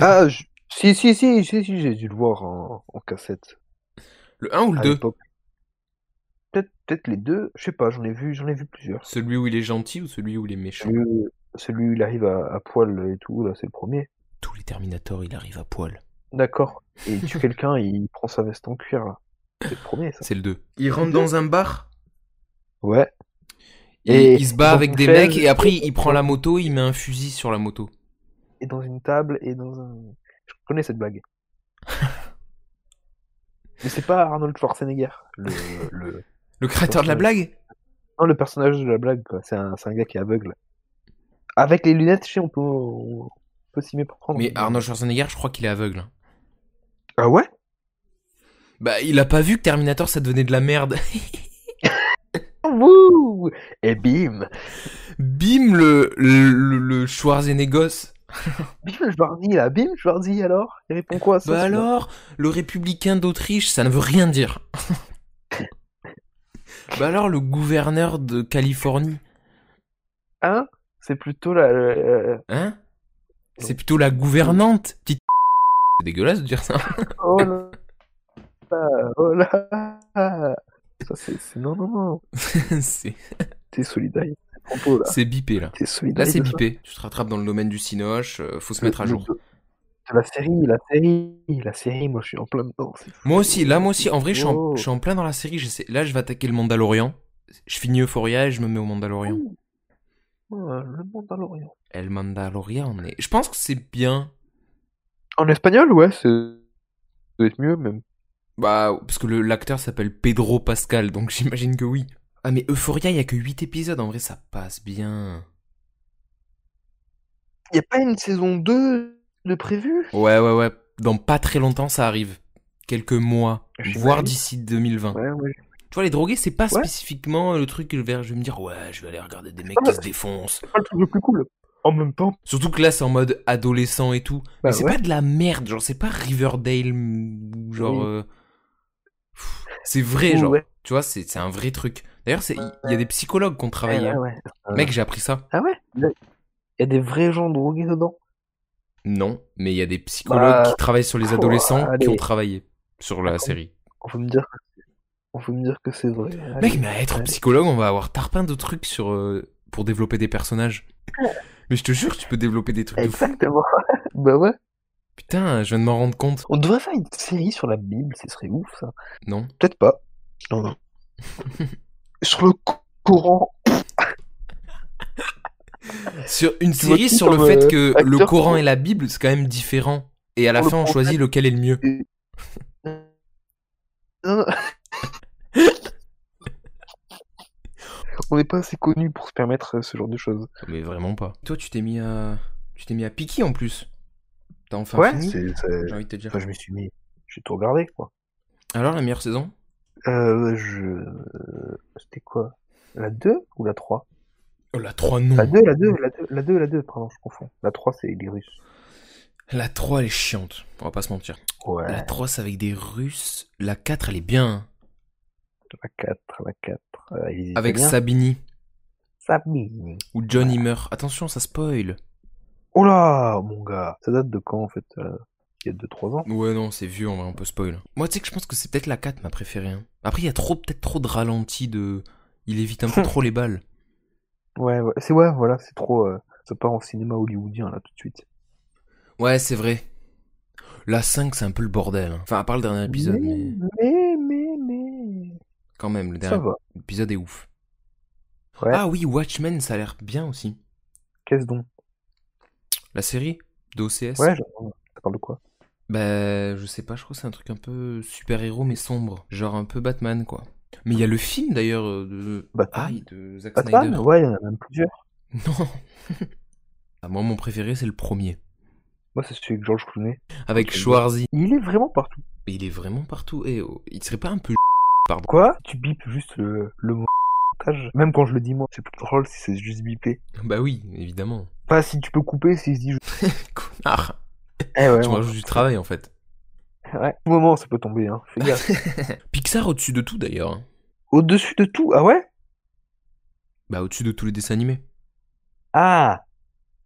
S2: Ah, je- si, si, si, si, si, j'ai dû le voir en, en cassette
S1: Le 1 ou le
S2: à
S1: 2
S2: l'époque. Peut-être, peut-être les deux, je sais pas, j'en ai vu, j'en ai vu plusieurs.
S1: Celui où il est gentil ou celui où il est méchant
S2: Celui, celui où il arrive à, à poil et tout, là, c'est le premier.
S1: Tous les Terminators, il arrive à poil.
S2: D'accord. Et il
S1: [LAUGHS]
S2: tue quelqu'un, il prend sa veste en cuir, là. C'est le premier, ça.
S1: C'est le 2. Il rentre dans un bar
S2: Ouais.
S1: il,
S2: Et
S1: il se bat
S2: dans
S1: avec
S2: une
S1: des
S2: chaise.
S1: mecs et après il prend la moto, il met un fusil sur la moto.
S2: Et dans une table, et dans un. Je connais cette
S1: [LAUGHS]
S2: blague. Mais c'est pas Arnold Schwarzenegger, le, le,
S1: Le créateur de la
S2: Ouais.
S1: blague
S2: Non, le personnage de la blague, quoi. C'est un, c'est un gars qui est aveugle. Avec les lunettes, je sais, on peut, on peut s'y méprendre.
S1: Mais Arnold Schwarzenegger, je crois qu'il est aveugle. hein.
S2: Ah ouais?
S1: Bah, il a pas vu que Terminator ça devenait de la merde. [LAUGHS]
S2: Wouh! Et bim!
S1: Bim le le, le Schwarzenegger.
S2: Bim, je leur dis, là. Bim, je leur dis, alors? Il répond quoi à ça?
S1: Bah
S2: celui-là
S1: alors, le républicain d'Autriche, ça ne veut
S2: [LAUGHS]
S1: rien dire. bah alors, le gouverneur de Californie,
S2: Hein? C'est plutôt la, euh,
S1: hein C'est plutôt la gouvernante. Petite [LAUGHS] c'est dégueulasse de dire ça. [LAUGHS]
S2: oh là, là, oh là, ça c'est, c'est- non, non, non,
S1: c'est
S2: t'es solidaire, c'est propos, là,
S1: c'est bipé là.
S2: t'es solidaire.
S1: Là, c'est
S2: de ça.
S1: bipé. Tu te rattrapes dans le domaine du cinoche, euh, faut se mettre à
S2: Le-
S1: jour.
S2: le- La série, la série, la série, moi je suis en plein dedans, c'est Oh,
S1: Moi aussi, là, moi aussi, en vrai, je suis en,
S2: Wow.
S1: je suis en plein dans la série. j'essaie- Là, je vais attaquer le Mandalorian. Je finis Euphoria et je me mets au Mandalorian.
S2: Oh. Ouais, le Mandalorian.
S1: El Mandalorian, est... je pense que c'est bien.
S2: En espagnol, ouais, c'est... ça doit être mieux même.
S1: Bah, parce que le- l'acteur s'appelle Pedro Pascal, donc [LAUGHS] j'imagine que oui. Ah, mais Euphoria, il y a que 8 épisodes, en vrai, ça passe bien.
S2: Il a pas une saison 2 de prévu
S1: Ouais, ouais, ouais, dans pas très longtemps, ça arrive. Quelques mois,
S2: Ah, J'imagine.
S1: voire d'ici 2020.
S2: Ouais, ouais.
S1: Tu vois, les drogués, c'est pas
S2: Ouais.
S1: spécifiquement le truc vers je vais me dire, ouais, je vais aller regarder des mecs
S2: Ah,
S1: qui
S2: mais-
S1: se défoncent.
S2: C'est pas le truc le plus cool. En même temps,
S1: Surtout que là, c'est en mode adolescent et tout.
S2: bah
S1: mais c'est
S2: ouais.
S1: pas de la merde, genre, c'est pas Riverdale, ou genre.
S2: Oui.
S1: euh, pff, C'est vrai,
S2: Ouh,
S1: genre.
S2: Oh, ouais,
S1: Tu vois, c'est c'est un vrai truc. D'ailleurs, c'est- il y a des psychologues qui ont
S2: ouais,
S1: travaillé.
S2: ouais,
S1: hein.
S2: Ah ouais.
S1: Mec, j'ai appris ça.
S2: Ah ouais Il y a des vrais gens drogués dedans.
S1: Non, mais il y a des psychologues
S2: Bah, oh,
S1: qui travaillent sur les
S2: faut
S1: adolescents qui
S2: aller.
S1: ont travaillé sur la série.
S2: On peut me dire que c'est- on peut me dire que c'est vrai.
S1: Mec,
S2: Allez.
S1: mais à être
S2: allez.
S1: psychologue, on va avoir tarpin de trucs sur euh,
S2: [LAUGHS]
S1: pour développer des personnages. Mais je te jure, tu peux développer des trucs de fou.
S2: Exactement. [LAUGHS] bah ouais.
S1: Putain, je viens de m'en rendre compte.
S2: On devrait faire une série sur la Bible, ce serait ouf ça.
S1: Non.
S2: Peut-être pas. Non, non. [LAUGHS] sur le Cou- [LAUGHS] Coran.
S1: Sur une
S2: Tu vois
S1: série
S2: qui
S1: sur le
S2: comme,
S1: fait
S2: euh,
S1: que
S2: acteur
S1: le Coran
S2: pour-
S1: et la Bible, c'est quand même différent. Et à la
S2: Pour le
S1: fin, on
S2: prophète.
S1: choisit lequel est le mieux.
S2: Non, non. On n'est pas assez connu pour se permettre euh, ce genre de choses.
S1: Mais vraiment pas. Toi, tu t'es mis à. Tu t'es mis à piquer en plus. T'as enfin fini
S2: C'est- c'est-
S1: J'ai envie de te dire.
S2: enfin, je me suis mis. J'ai tout regardé, quoi.
S1: Alors, la meilleure saison
S2: Euh, je. euh, C'était quoi La 2 ou la 3
S1: Oh, la 3, non.
S2: La 2, la 2, la 2, la 2, la 2, pardon, je confonds. La 3, c'est les Russes.
S1: La 3, elle est chiante. On va pas se mentir.
S2: Ouais.
S1: La 3, c'est avec des Russes. La 4, elle est bien.
S2: La 4, la 4. euh, ils étaient
S1: Avec
S2: bien.
S1: Sabini.
S2: Sabine.
S1: Où John, il meurt. Attention, ça spoil.
S2: Oh là, mon gars. Ça date de quand, en fait euh, Il y a 2-3 ans.
S1: Ouais, non, c'est vieux, en vrai, on peut spoil. Moi, tu sais que je pense que c'est peut-être la 4 ma préférée. hein. Après, il y a trop, peut-être trop de ralenti de. Il évite
S2: [LAUGHS]
S1: un peu trop les balles.
S2: Ouais, ouais. C'est ouais, voilà, c'est trop. euh, ça part en cinéma hollywoodien, là, tout de suite.
S1: Ouais, c'est vrai. La 5, c'est un peu le bordel. hein. Enfin, à part le dernier épisode,
S2: mais,
S1: mais
S2: mais, mais, mais.
S1: quand même, le
S2: Ça
S1: dernier
S2: va.
S1: épisode est ouf.
S2: Ouais.
S1: Ah oui, Watchmen, ça a l'air bien aussi.
S2: Qu'est-ce donc
S1: La série d'OCS
S2: Ouais, j'entends. Ça parle de quoi
S1: Bah, je sais pas, je crois que c'est un truc un peu super-héros mais sombre. Genre un peu Batman, quoi. Mais il y a le film d'ailleurs euh, de.
S2: Batman.
S1: Aïe, de Ah, Zack
S2: Ah, Batman
S1: Snyder.
S2: Ouais, il y en a même plusieurs.
S1: [LAUGHS] Non Ah, Moi, mon préféré, c'est le premier.
S2: Moi, c'est celui que George Clooney.
S1: Avec
S2: Ok.
S1: Schwarzy.
S2: Il est vraiment partout.
S1: Mais il est vraiment partout. Et il serait pas un peu. Pardon.
S2: Quoi Tu bipes juste le, le mot montage. Même quand je le dis moi, c'est plus drôle si c'est juste bipé.
S1: Bah oui, évidemment. [LAUGHS]
S2: Pas si tu peux couper, si je dis.
S1: Connard
S2: Eh ouais,
S1: Tu me
S2: ouais.
S1: rajoutes du travail en fait.
S2: Ouais. Au moment, ça peut tomber, hein. Fais gaffe. [LAUGHS]
S1: Pixar au-dessus de tout d'ailleurs. hein.
S2: Au-dessus de tout Ah ouais
S1: Bah au-dessus de tous les dessins animés.
S2: Ah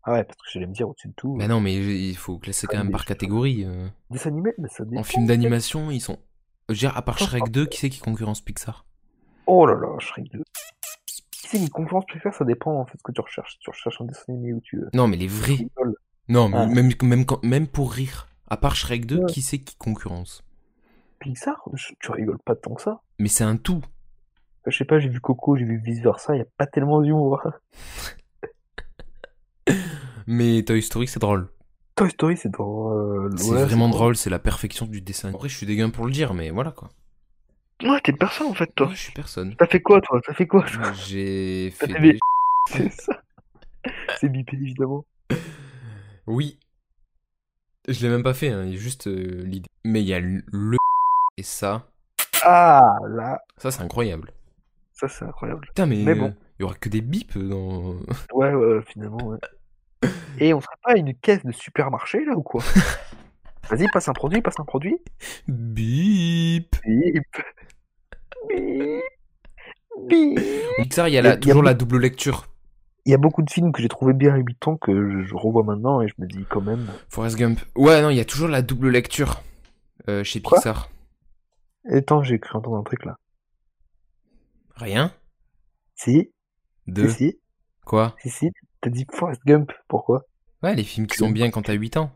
S2: Ah ouais, parce que j'allais me dire au-dessus de tout.
S1: Bah non, mais il faut classer quand
S2: Ah,
S1: même
S2: mais
S1: par
S2: je-
S1: catégorie. euh.
S2: Dessin animé, mais ça dépend.
S1: En film d'animation, ils sont. Je veux dire, à part Shrek 2, qui c'est qui concurrence Pixar
S2: Oh là là, Shrek 2. Tu sais, une conférence préfère, ça dépend en fait ce que tu recherches. Tu recherches un dessin animé où tu euh, veux.
S1: Non, mais les vrais.
S2: Rigole.
S1: Non, mais
S2: Ah.
S1: même, même, quand- même pour rire. À part Shrek 2,
S2: Ouais.
S1: qui c'est qui concurrence
S2: Pixar, je- tu rigoles pas tant que ça.
S1: Mais c'est un tout.
S2: Je sais pas, j'ai vu Coco, j'ai vu Vice Versa, y a pas tellement d'humour. [LAUGHS]
S1: Mais Toy Story, c'est drôle.
S2: Toy Story, c'est dans. euh,
S1: C'est
S2: ouais,
S1: vraiment drôle, c'est la perfection du dessin. Après, je suis dégueu pour le dire, mais voilà quoi.
S2: Ouais, t'es personne en fait, toi.
S1: Moi, je suis personne.
S2: T'as fait quoi, toi T'as fait quoi [LAUGHS] toi
S1: J'ai fait
S2: fait
S1: des...
S2: des- C'est ça. C'est bipé, évidemment.
S1: Oui. Je l'ai même pas fait, hein, il y a juste euh, l'idée. Mais il y a le... Et ça,
S2: Ah, là,
S1: ça c'est incroyable.
S2: ça c'est incroyable.
S1: Putain, mais...
S2: Mais bon.
S1: euh, Il y aura que des bips [LAUGHS] dans...
S2: Ouais, ouais, finalement, ouais. Et on serait pas à une caisse de supermarché, là, ou quoi Vas-y, passe un produit, passe un produit.
S1: Bip
S2: Bip. Bip. Bip.
S1: Pixar, il y a,
S2: Il y a-
S1: la-
S2: il y a
S1: toujours
S2: beaucoup-
S1: la double lecture.
S2: Il y a beaucoup de films que j'ai trouvé bien à 8 ans que je, je revois maintenant et je me dis quand même.
S1: Forrest Gump. Ouais, non, il y a toujours la double lecture euh, chez
S2: Quoi
S1: Pixar.
S2: Et Attends, j'ai cru entendre un truc là.
S1: Rien
S2: Si,
S1: De
S2: si, si,
S1: quoi
S2: si, si. T'as dit Forrest Gump, pourquoi
S1: Ouais, les films qui sont bien quand t'as 8 ans.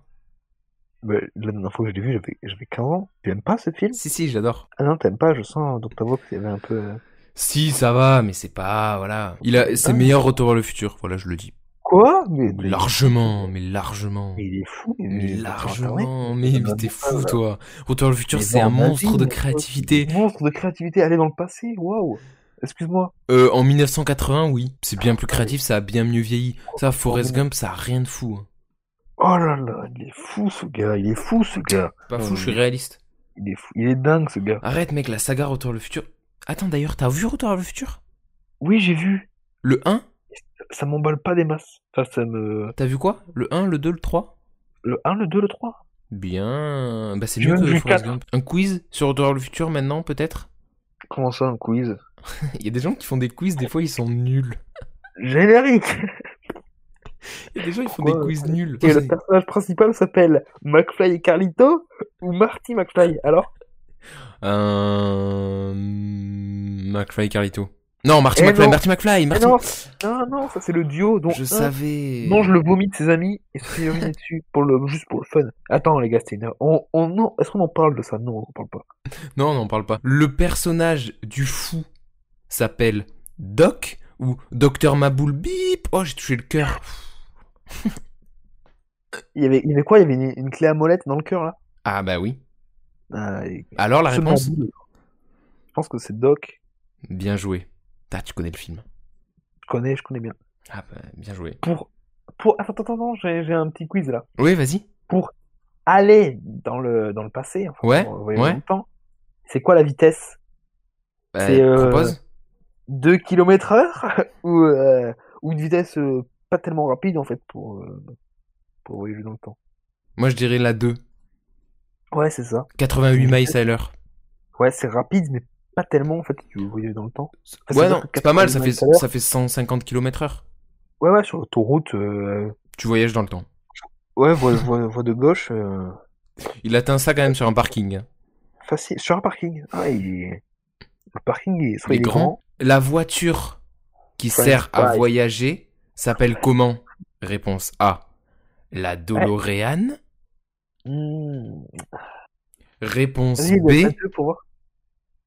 S2: Bah, La dernière fois que je l'ai vu, j'avais- j'avais 15 ans. Tu aimes pas ce film
S1: Si, si, j'adore.
S2: Ah non, t'aimes pas, je sens donc ta voix que t'avais un peu. euh,
S1: Si, ça va, mais c'est pas... Voilà. Il a... C'est
S2: Ah.
S1: meilleur Retour vers le futur, voilà, je le dis.
S2: Quoi mais, mais-
S1: Largement, mais largement.
S2: mais il est fou. il est
S1: Mais
S2: sur Internet.
S1: largement, mais, mais
S2: Internet,
S1: t'es
S2: ça,
S1: fou
S2: là.
S1: toi. Retour vers le futur,
S2: Mais
S1: c'est
S2: dans
S1: un
S2: ma vie,
S1: monstre de
S2: mon pote,
S1: créativité.
S2: Monstre de créativité, aller dans le passé, waouh Excuse-moi.
S1: Euh, en 1980, Ah, bah oui, c'est bien plus créatif, ça a bien mieux vieilli. Ça, Forrest Gump, ça a rien de fou. hein.
S2: Oh là là, il est fou ce gars, il est fou ce gars.
S1: Pas fou,
S2: Ouais.
S1: je suis réaliste.
S2: Il est fou, il est dingue ce gars.
S1: Arrête, mec, la saga Retour vers le futur. Attends, d'ailleurs, t'as vu Retour vers le futur
S2: Oui, j'ai vu.
S1: Le 1
S2: Ça m'emballe pas des masses. Enfin, ça me.
S1: T'as vu quoi Le 1, le 2, le 3
S2: Le 1, le 2, le 3.
S1: Bien. Bah, c'est
S2: J'ai
S1: mieux
S2: même
S1: que
S2: vu
S1: Forrest
S2: quatre.
S1: Gump. Un quiz sur Retour vers le futur maintenant, peut-être [LAUGHS]
S2: Comment ça, un quiz
S1: Il y a des gens qui font des quiz, des fois, ils sont nuls.
S2: Générique
S1: Il y a des gens, ils font
S2: Pourquoi,
S1: des quiz nuls.
S2: Et le personnage principal s'appelle McFly et Carlito ou Marty McFly Alors
S1: Euh... McFly et Carlito. Non, Marty
S2: Eh
S1: McFly,
S2: non.
S1: Marty McFly,
S2: Ah
S1: Marty
S2: non, non, non, ça c'est le duo dont
S1: Je
S2: un-
S1: savais.
S2: Non, je le vomis de ses amis et se fait uriner dessus pour le juste pour le fun. Attends les gars, c'était une... on, on non, est-ce qu'on en parle de ça Non, on en parle pas.
S1: Non, on n'en parle pas. Le personnage du fou s'appelle Doc ou Docteur Maboul Bip. Oh, j'ai touché le cœur.
S2: Il y avait, il y avait quoi Il y avait une, une clé à molette dans le cœur là.
S1: Ah bah oui.
S2: Ah, et-
S1: Alors la
S2: ce
S1: réponse
S2: bambou, Je pense que c'est Doc.
S1: Bien joué. Ah, tu connais le film.
S2: Je connais, je connais bien.
S1: Ah bah, bien joué.
S2: Pour pour attends attends attends, j'ai j'ai un petit quiz là.
S1: Oui, vas-y.
S2: Pour aller dans le dans le passé, enfin,
S1: Ouais,
S2: pour voyager
S1: ouais.
S2: dans le temps. C'est quoi la vitesse
S1: Bah,
S2: C'est, euh,
S1: propose.
S2: 2 km heure [LAUGHS] ou euh, ou une vitesse euh, pas tellement rapide en fait pour euh, pour voyager dans le temps.
S1: Moi, je dirais la 2.
S2: Ouais, c'est ça.
S1: 88 miles à l'heure.
S2: Ah, Ouais, c'est rapide, mais pas tellement en fait. Tu le voyais dans le temps. Enfin,
S1: Ouais,
S2: c'est-à-dire
S1: non,
S2: que
S1: c'est pas mal, ça
S2: 80
S1: fait,
S2: miles à l'heure.
S1: ça fait 150 km heure.
S2: Ouais, ouais, sur l'autoroute, euh,
S1: Tu voyages dans le temps.
S2: ouais, voie, voie- voie de gauche, euh,
S1: Il atteint ça quand même sur un parking. hein.
S2: facile. Sur un parking. Ah, il est... Le parking, il est, soit
S1: Les grands. La voiture qui
S2: French
S1: sert à
S2: fries.
S1: voyager s'appelle comment Réponse A. La DeLorean.
S2: Mmh.
S1: Réponse
S2: Vas-y, il y a
S1: B.
S2: pas deux pour voir.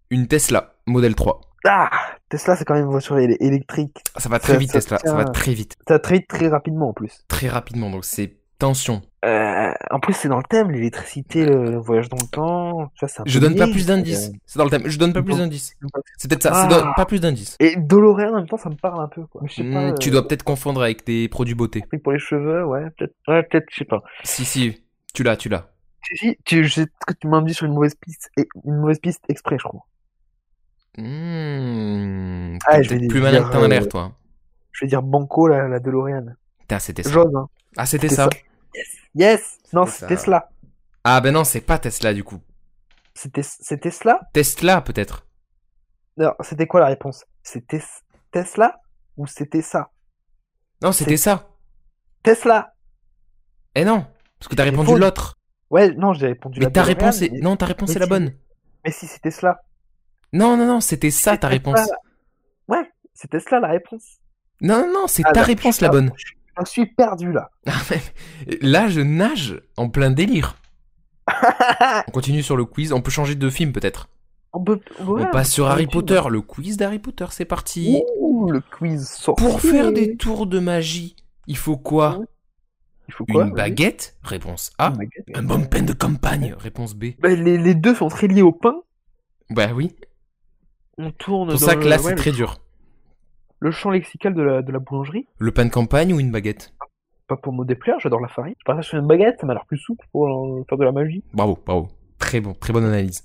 S1: Une Tesla, modèle 3.
S2: Ah, Tesla, c'est quand même une voiture élé- électrique.
S1: Ça va très
S2: Ça-
S1: vite,
S2: ça
S1: Tesla.
S2: tient.
S1: Ça va très vite.
S2: Ça traite très rapidement en plus.
S1: Très rapidement. Donc, c'est tension.
S2: Euh, en plus, c'est dans le thème, l'électricité, le voyage dans le temps. Tu vois, c'est un
S1: Je
S2: peu
S1: donne pas
S2: niche,
S1: plus d'indices.
S2: euh,
S1: C'est dans le thème. Je donne pas plus
S2: Non.
S1: d'indices. C'est peut-être ça. c'est
S2: Ah.
S1: dans- Pas plus d'indices.
S2: Et Doloréen, en même temps, ça me parle un peu. Quoi. Je sais pas,
S1: Hmm, Tu
S2: euh,
S1: dois peut-être confondre avec des produits beauté.
S2: truc pour les cheveux, ouais, peut-être. Ouais, peut-être, je sais pas.
S1: Si, si. Tu l'as, tu l'as.
S2: Si, si, tu, je sais que tu m'as dit sur une mauvaise piste, et une mauvaise piste exprès, je crois.
S1: Hmm,
S2: Ah,
S1: t'es
S2: je vais
S1: peut-être plus
S2: dire,
S1: malin que t'en as
S2: euh,
S1: l'air, toi.
S2: Je vais dire Banco, la, la DeLorean.
S1: Putain, c'était ça.
S2: J'ose, hein.
S1: Ah, c'était
S2: c'était
S1: ça.
S2: Yes! Non,
S1: C'est
S2: c'est
S1: ça.
S2: Tesla.
S1: Ah, ben non, c'est pas Tesla, du coup.
S2: C'était, c'est Tesla?
S1: Tesla, peut-être.
S2: Non, c'était quoi la réponse? C'était s- Tesla? Ou c'était ça?
S1: Non, c'était ça.
S2: Tesla!
S1: Eh non, parce que t'as
S2: J'ai
S1: répondu
S2: répondu.
S1: l'autre.
S2: Ouais, non, j'ai répondu
S1: Mais
S2: la
S1: ta
S2: DeLorean,
S1: réponse est...
S2: mais-
S1: Non, ta réponse
S2: mais
S1: est la
S2: si.
S1: bonne.
S2: Mais si, c'est Tesla.
S1: Non, non, non, c'était ça, ta
S2: C'était
S1: réponse.
S2: ça. C'est Tesla la réponse.
S1: Non, non, non, c'est
S2: Ah,
S1: ta
S2: là,
S1: réponse
S2: je-
S1: la bonne.
S2: Je suis perdu, là.
S1: Ah, mais- Là, je nage en
S2: [LAUGHS]
S1: plein délire. On continue sur le quiz. On peut changer de film, peut-être.
S2: On peut, ouais,
S1: On passe sur
S2: peut
S1: Harry
S2: changer de
S1: Potter. Le quiz d'Harry Potter, c'est parti.
S2: Ouh, le quiz sorcier.
S1: Pour faire des tours de magie, il faut quoi
S2: Ouais. Il faut quoi?
S1: Une baguette Réponse A.
S2: Une baguette.
S1: Un bon pain de campagne Réponse B.
S2: Bah, les, les deux sont très liés au pain.
S1: Bah oui.
S2: On tourne
S1: C'est pour
S2: dans
S1: ça que là,
S2: le,
S1: c'est
S2: ouais,
S1: très dur.
S2: le champ lexical de la, de la boulangerie.
S1: Le pain de campagne ou une baguette
S2: Pas pour me déplaire, j'adore la farine. Je partage sur une baguette, ça m'a l'air plus souple pour euh, faire de la magie.
S1: Bravo, bravo. Très bon, très bonne analyse.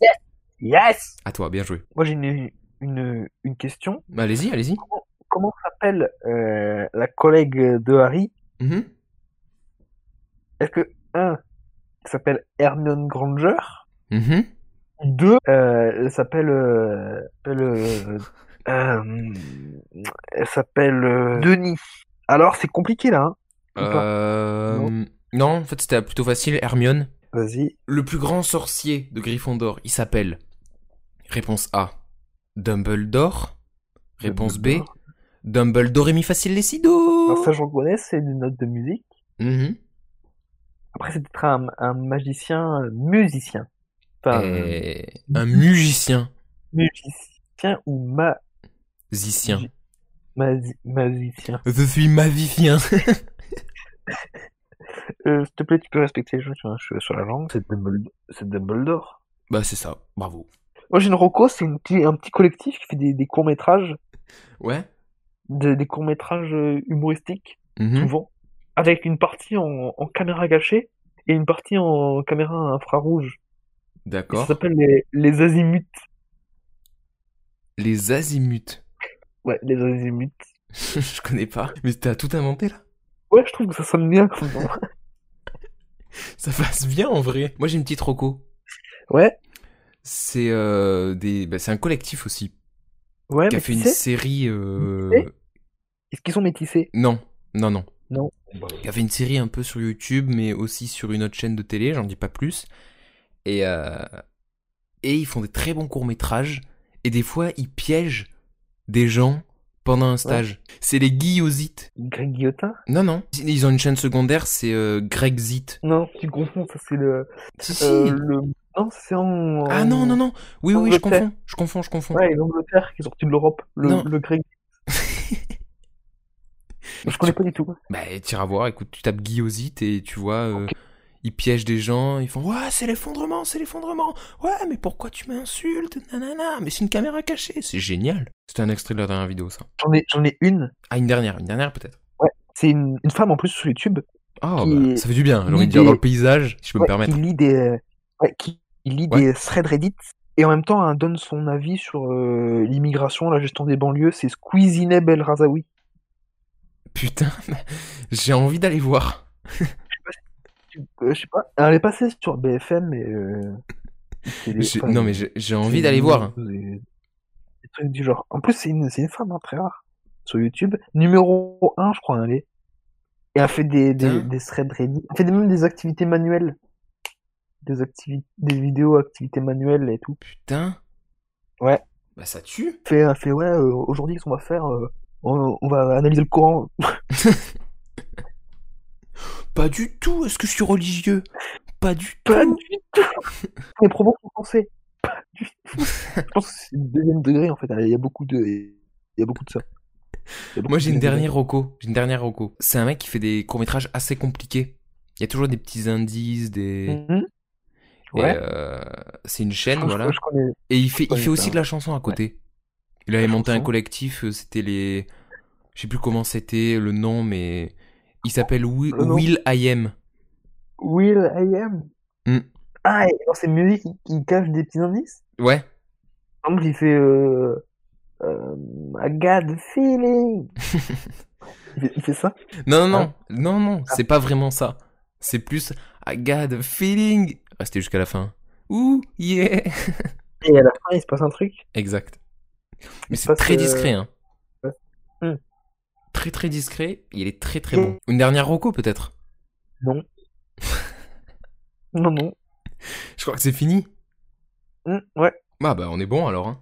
S2: Yes
S1: À toi, bien joué. Bah,
S2: Moi j'ai une, une, une question.
S1: Allez-y, allez-y.
S2: Comment s'appelle euh, la collègue de Harry
S1: Mhm.
S2: Est-ce que un elle s'appelle Hermione Granger
S1: Mhm.
S2: ou deux euh, elle s'appelle euh, elle, euh, euh, elle s'appelle euh, Denis. Alors c'est compliqué là. Hein Ou pas
S1: Euh, Non. en fait, c'était plutôt facile. Hermione.
S2: Vas-y.
S1: Le plus grand sorcier de Gryffondor, il s'appelle. Réponse A. Dumbledore. Réponse
S2: Dumbledore.
S1: B. Dumbledore et mi facile les
S2: Alors
S1: sido.
S2: ça j'en connais, c'est des notes de musique.
S1: Mhm.
S2: Après, c'est peut-être un, un magicien euh, musicien. Enfin,
S1: Euh.
S2: euh,
S1: Un musicien.
S2: musicien ou ma,
S1: Zicien.
S2: mazi- magicien.
S1: Je suis mavicien.
S2: Euh, S'il te plaît, tu peux respecter les gens qui ont un cheveu sur la langue. C'est Dumbledore. C'est Dumbledore.
S1: [LAUGHS] bah, c'est ça. Bravo.
S2: Moi, j'ai une Rocco, c'est une petit- un petit collectif qui fait des, des courts-métrages,
S1: Ouais.
S2: de- des courts-métrages euh, humoristiques,
S1: Mhm.
S2: souvent, avec une partie en, en caméra cachée et une partie en caméra infrarouge. Et Ça
S1: D'accord.
S2: s'appelle les, les azimuts.
S1: Les azimuts. [LAUGHS]
S2: Ouais, les azimuts.
S1: Je connais pas. Mais t'as tout inventé là.
S2: Ouais, je trouve que ça sonne bien comme nom.
S1: Ça passe bien en vrai. Moi j'ai une petite roco.
S2: Ouais,
S1: C'est euh, des, bah, c'est un collectif aussi
S2: ouais,
S1: qui a
S2: Ah, mais
S1: fait
S2: tu
S1: une
S2: sais,
S1: série. euh,
S2: Tu sais est-ce qu'ils sont métissés?
S1: Non, non, non.
S2: Non.
S1: Qui a fait une série un peu sur YouTube, mais aussi sur une autre chaîne de télé. J'en dis pas plus. Et euh, et ils font des très bons courts métrages. Et des fois ils piègent des gens pendant un stage. C'est les guillosites.
S2: Greg Guillotin?
S1: Non, non. Ils ont une chaîne secondaire, c'est euh, Gregzit.
S2: Non, tu confonds, ça c'est le,
S1: Si, si.
S2: euh, le, non, c'est en,
S1: Ah non, non, non. Oui, oui, je
S2: Angleterre.
S1: confonds. Je confonds, je confonds.
S2: Ouais, et l'Angleterre qui est sortie de l'Europe,
S1: Non.
S2: le, le
S1: [LAUGHS]
S2: Greg. Je connais pas du tout.
S1: Bah, t'iras voir, écoute, tu tapes guillosite et tu vois, euh, ils piègent des gens, ils font Ouais, c'est l'effondrement, c'est l'effondrement Ouais, mais pourquoi tu m'insultes Nanana, mais c'est une caméra cachée C'est génial C'était un extrait de la dernière vidéo, ça.
S2: J'en ai, j'en ai une.
S1: Ah, une dernière, une dernière peut-être.
S2: C'est une, une femme en plus sur YouTube.
S1: Ah,
S2: Qui-
S1: bah, ça fait du bien, j'ai
S2: L'idée-
S1: envie de dire dans le paysage, si je peux
S2: Ouais, [LAUGHS]
S1: me permettre.
S2: Qui lit des, ouais, qui lit
S1: Ouais.
S2: des threads Reddit et en même temps hein, donne son avis sur euh, l'immigration, la gestion des banlieues. C'est Squeezie Neb El Razaoui.
S1: Putain, j'ai envie d'aller voir.
S2: Euh, je sais pas. Elle est passée sur BFM mais.
S1: [LAUGHS]
S2: euh, c'est des-
S1: J'ai-
S2: enfin,
S1: Non, mais j'ai j'ai
S2: c'est
S1: envie
S2: des
S1: d'aller
S2: news,
S1: voir.
S2: Des, des trucs du genre. En plus, c'est une, c'est une femme hein, très rare sur YouTube. Numéro 1, je crois, hein, elle est. Et elle fait des, des,
S1: Putain.
S2: des threads Reddit. Elle fait même des activités manuelles. Des, activi- des vidéos, activités manuelles et tout.
S1: Putain.
S2: Ouais.
S1: Bah, ça tue.
S2: fait, elle fait ouais, euh, aujourd'hui, qu'est-ce qu'on va faire euh, on, on va analyser le Coran.
S1: Pas du tout, est-ce que je suis religieux Pas du
S2: Pas
S1: tout.
S2: du
S1: [LAUGHS]
S2: tout Les propos sont pensés. Pas du tout Je pense que c'est le deuxième degré, en fait. Il y a beaucoup de, il y a beaucoup de ça. Il y a beaucoup
S1: Moi,
S2: de
S1: j'ai une
S2: deuxième
S1: dernière roco. J'ai une dernière roco. C'est un mec qui fait des courts-métrages assez compliqués. Il y a toujours des petits indices, des.
S2: degré. Mhm.
S1: et,
S2: Ouais.
S1: euh, c'est une chaîne,
S2: Je-
S1: voilà.
S2: je connais.
S1: Et il fait, il
S2: connais
S1: fait aussi
S2: pas.
S1: de la chanson à côté. Il avait
S2: La
S1: monté un
S2: chanson.
S1: collectif, euh, c'était les. Je sais plus comment c'était le nom, mais. Il s'appelle Wi-
S2: Le nom.
S1: Will I Am.
S2: Will I Am.
S1: Mm.
S2: Ah, et dans ces musiques, il, il cache des petits indices.
S1: Ouais.
S2: Par exemple, il fait euh, euh, I got the feeling. il, fait, il fait ça.
S1: Non, non, non.
S2: Ah.
S1: Non, non. C'est pas vraiment ça. C'est plus. I got a feeling. Restez jusqu'à la fin. Ouh, yeah.
S2: Et à la fin, il se passe un truc.
S1: Exact. Mais c'est
S2: passe,
S1: très
S2: euh,
S1: discret, hein.
S2: ouais. Hmm.
S1: Très très discret, il est très très
S2: Et-
S1: bon. Une dernière roco peut-être
S2: Non, non.
S1: Je crois que c'est fini.
S2: Mm, ouais. Hmm,
S1: Bah bah on est bon alors. Hein.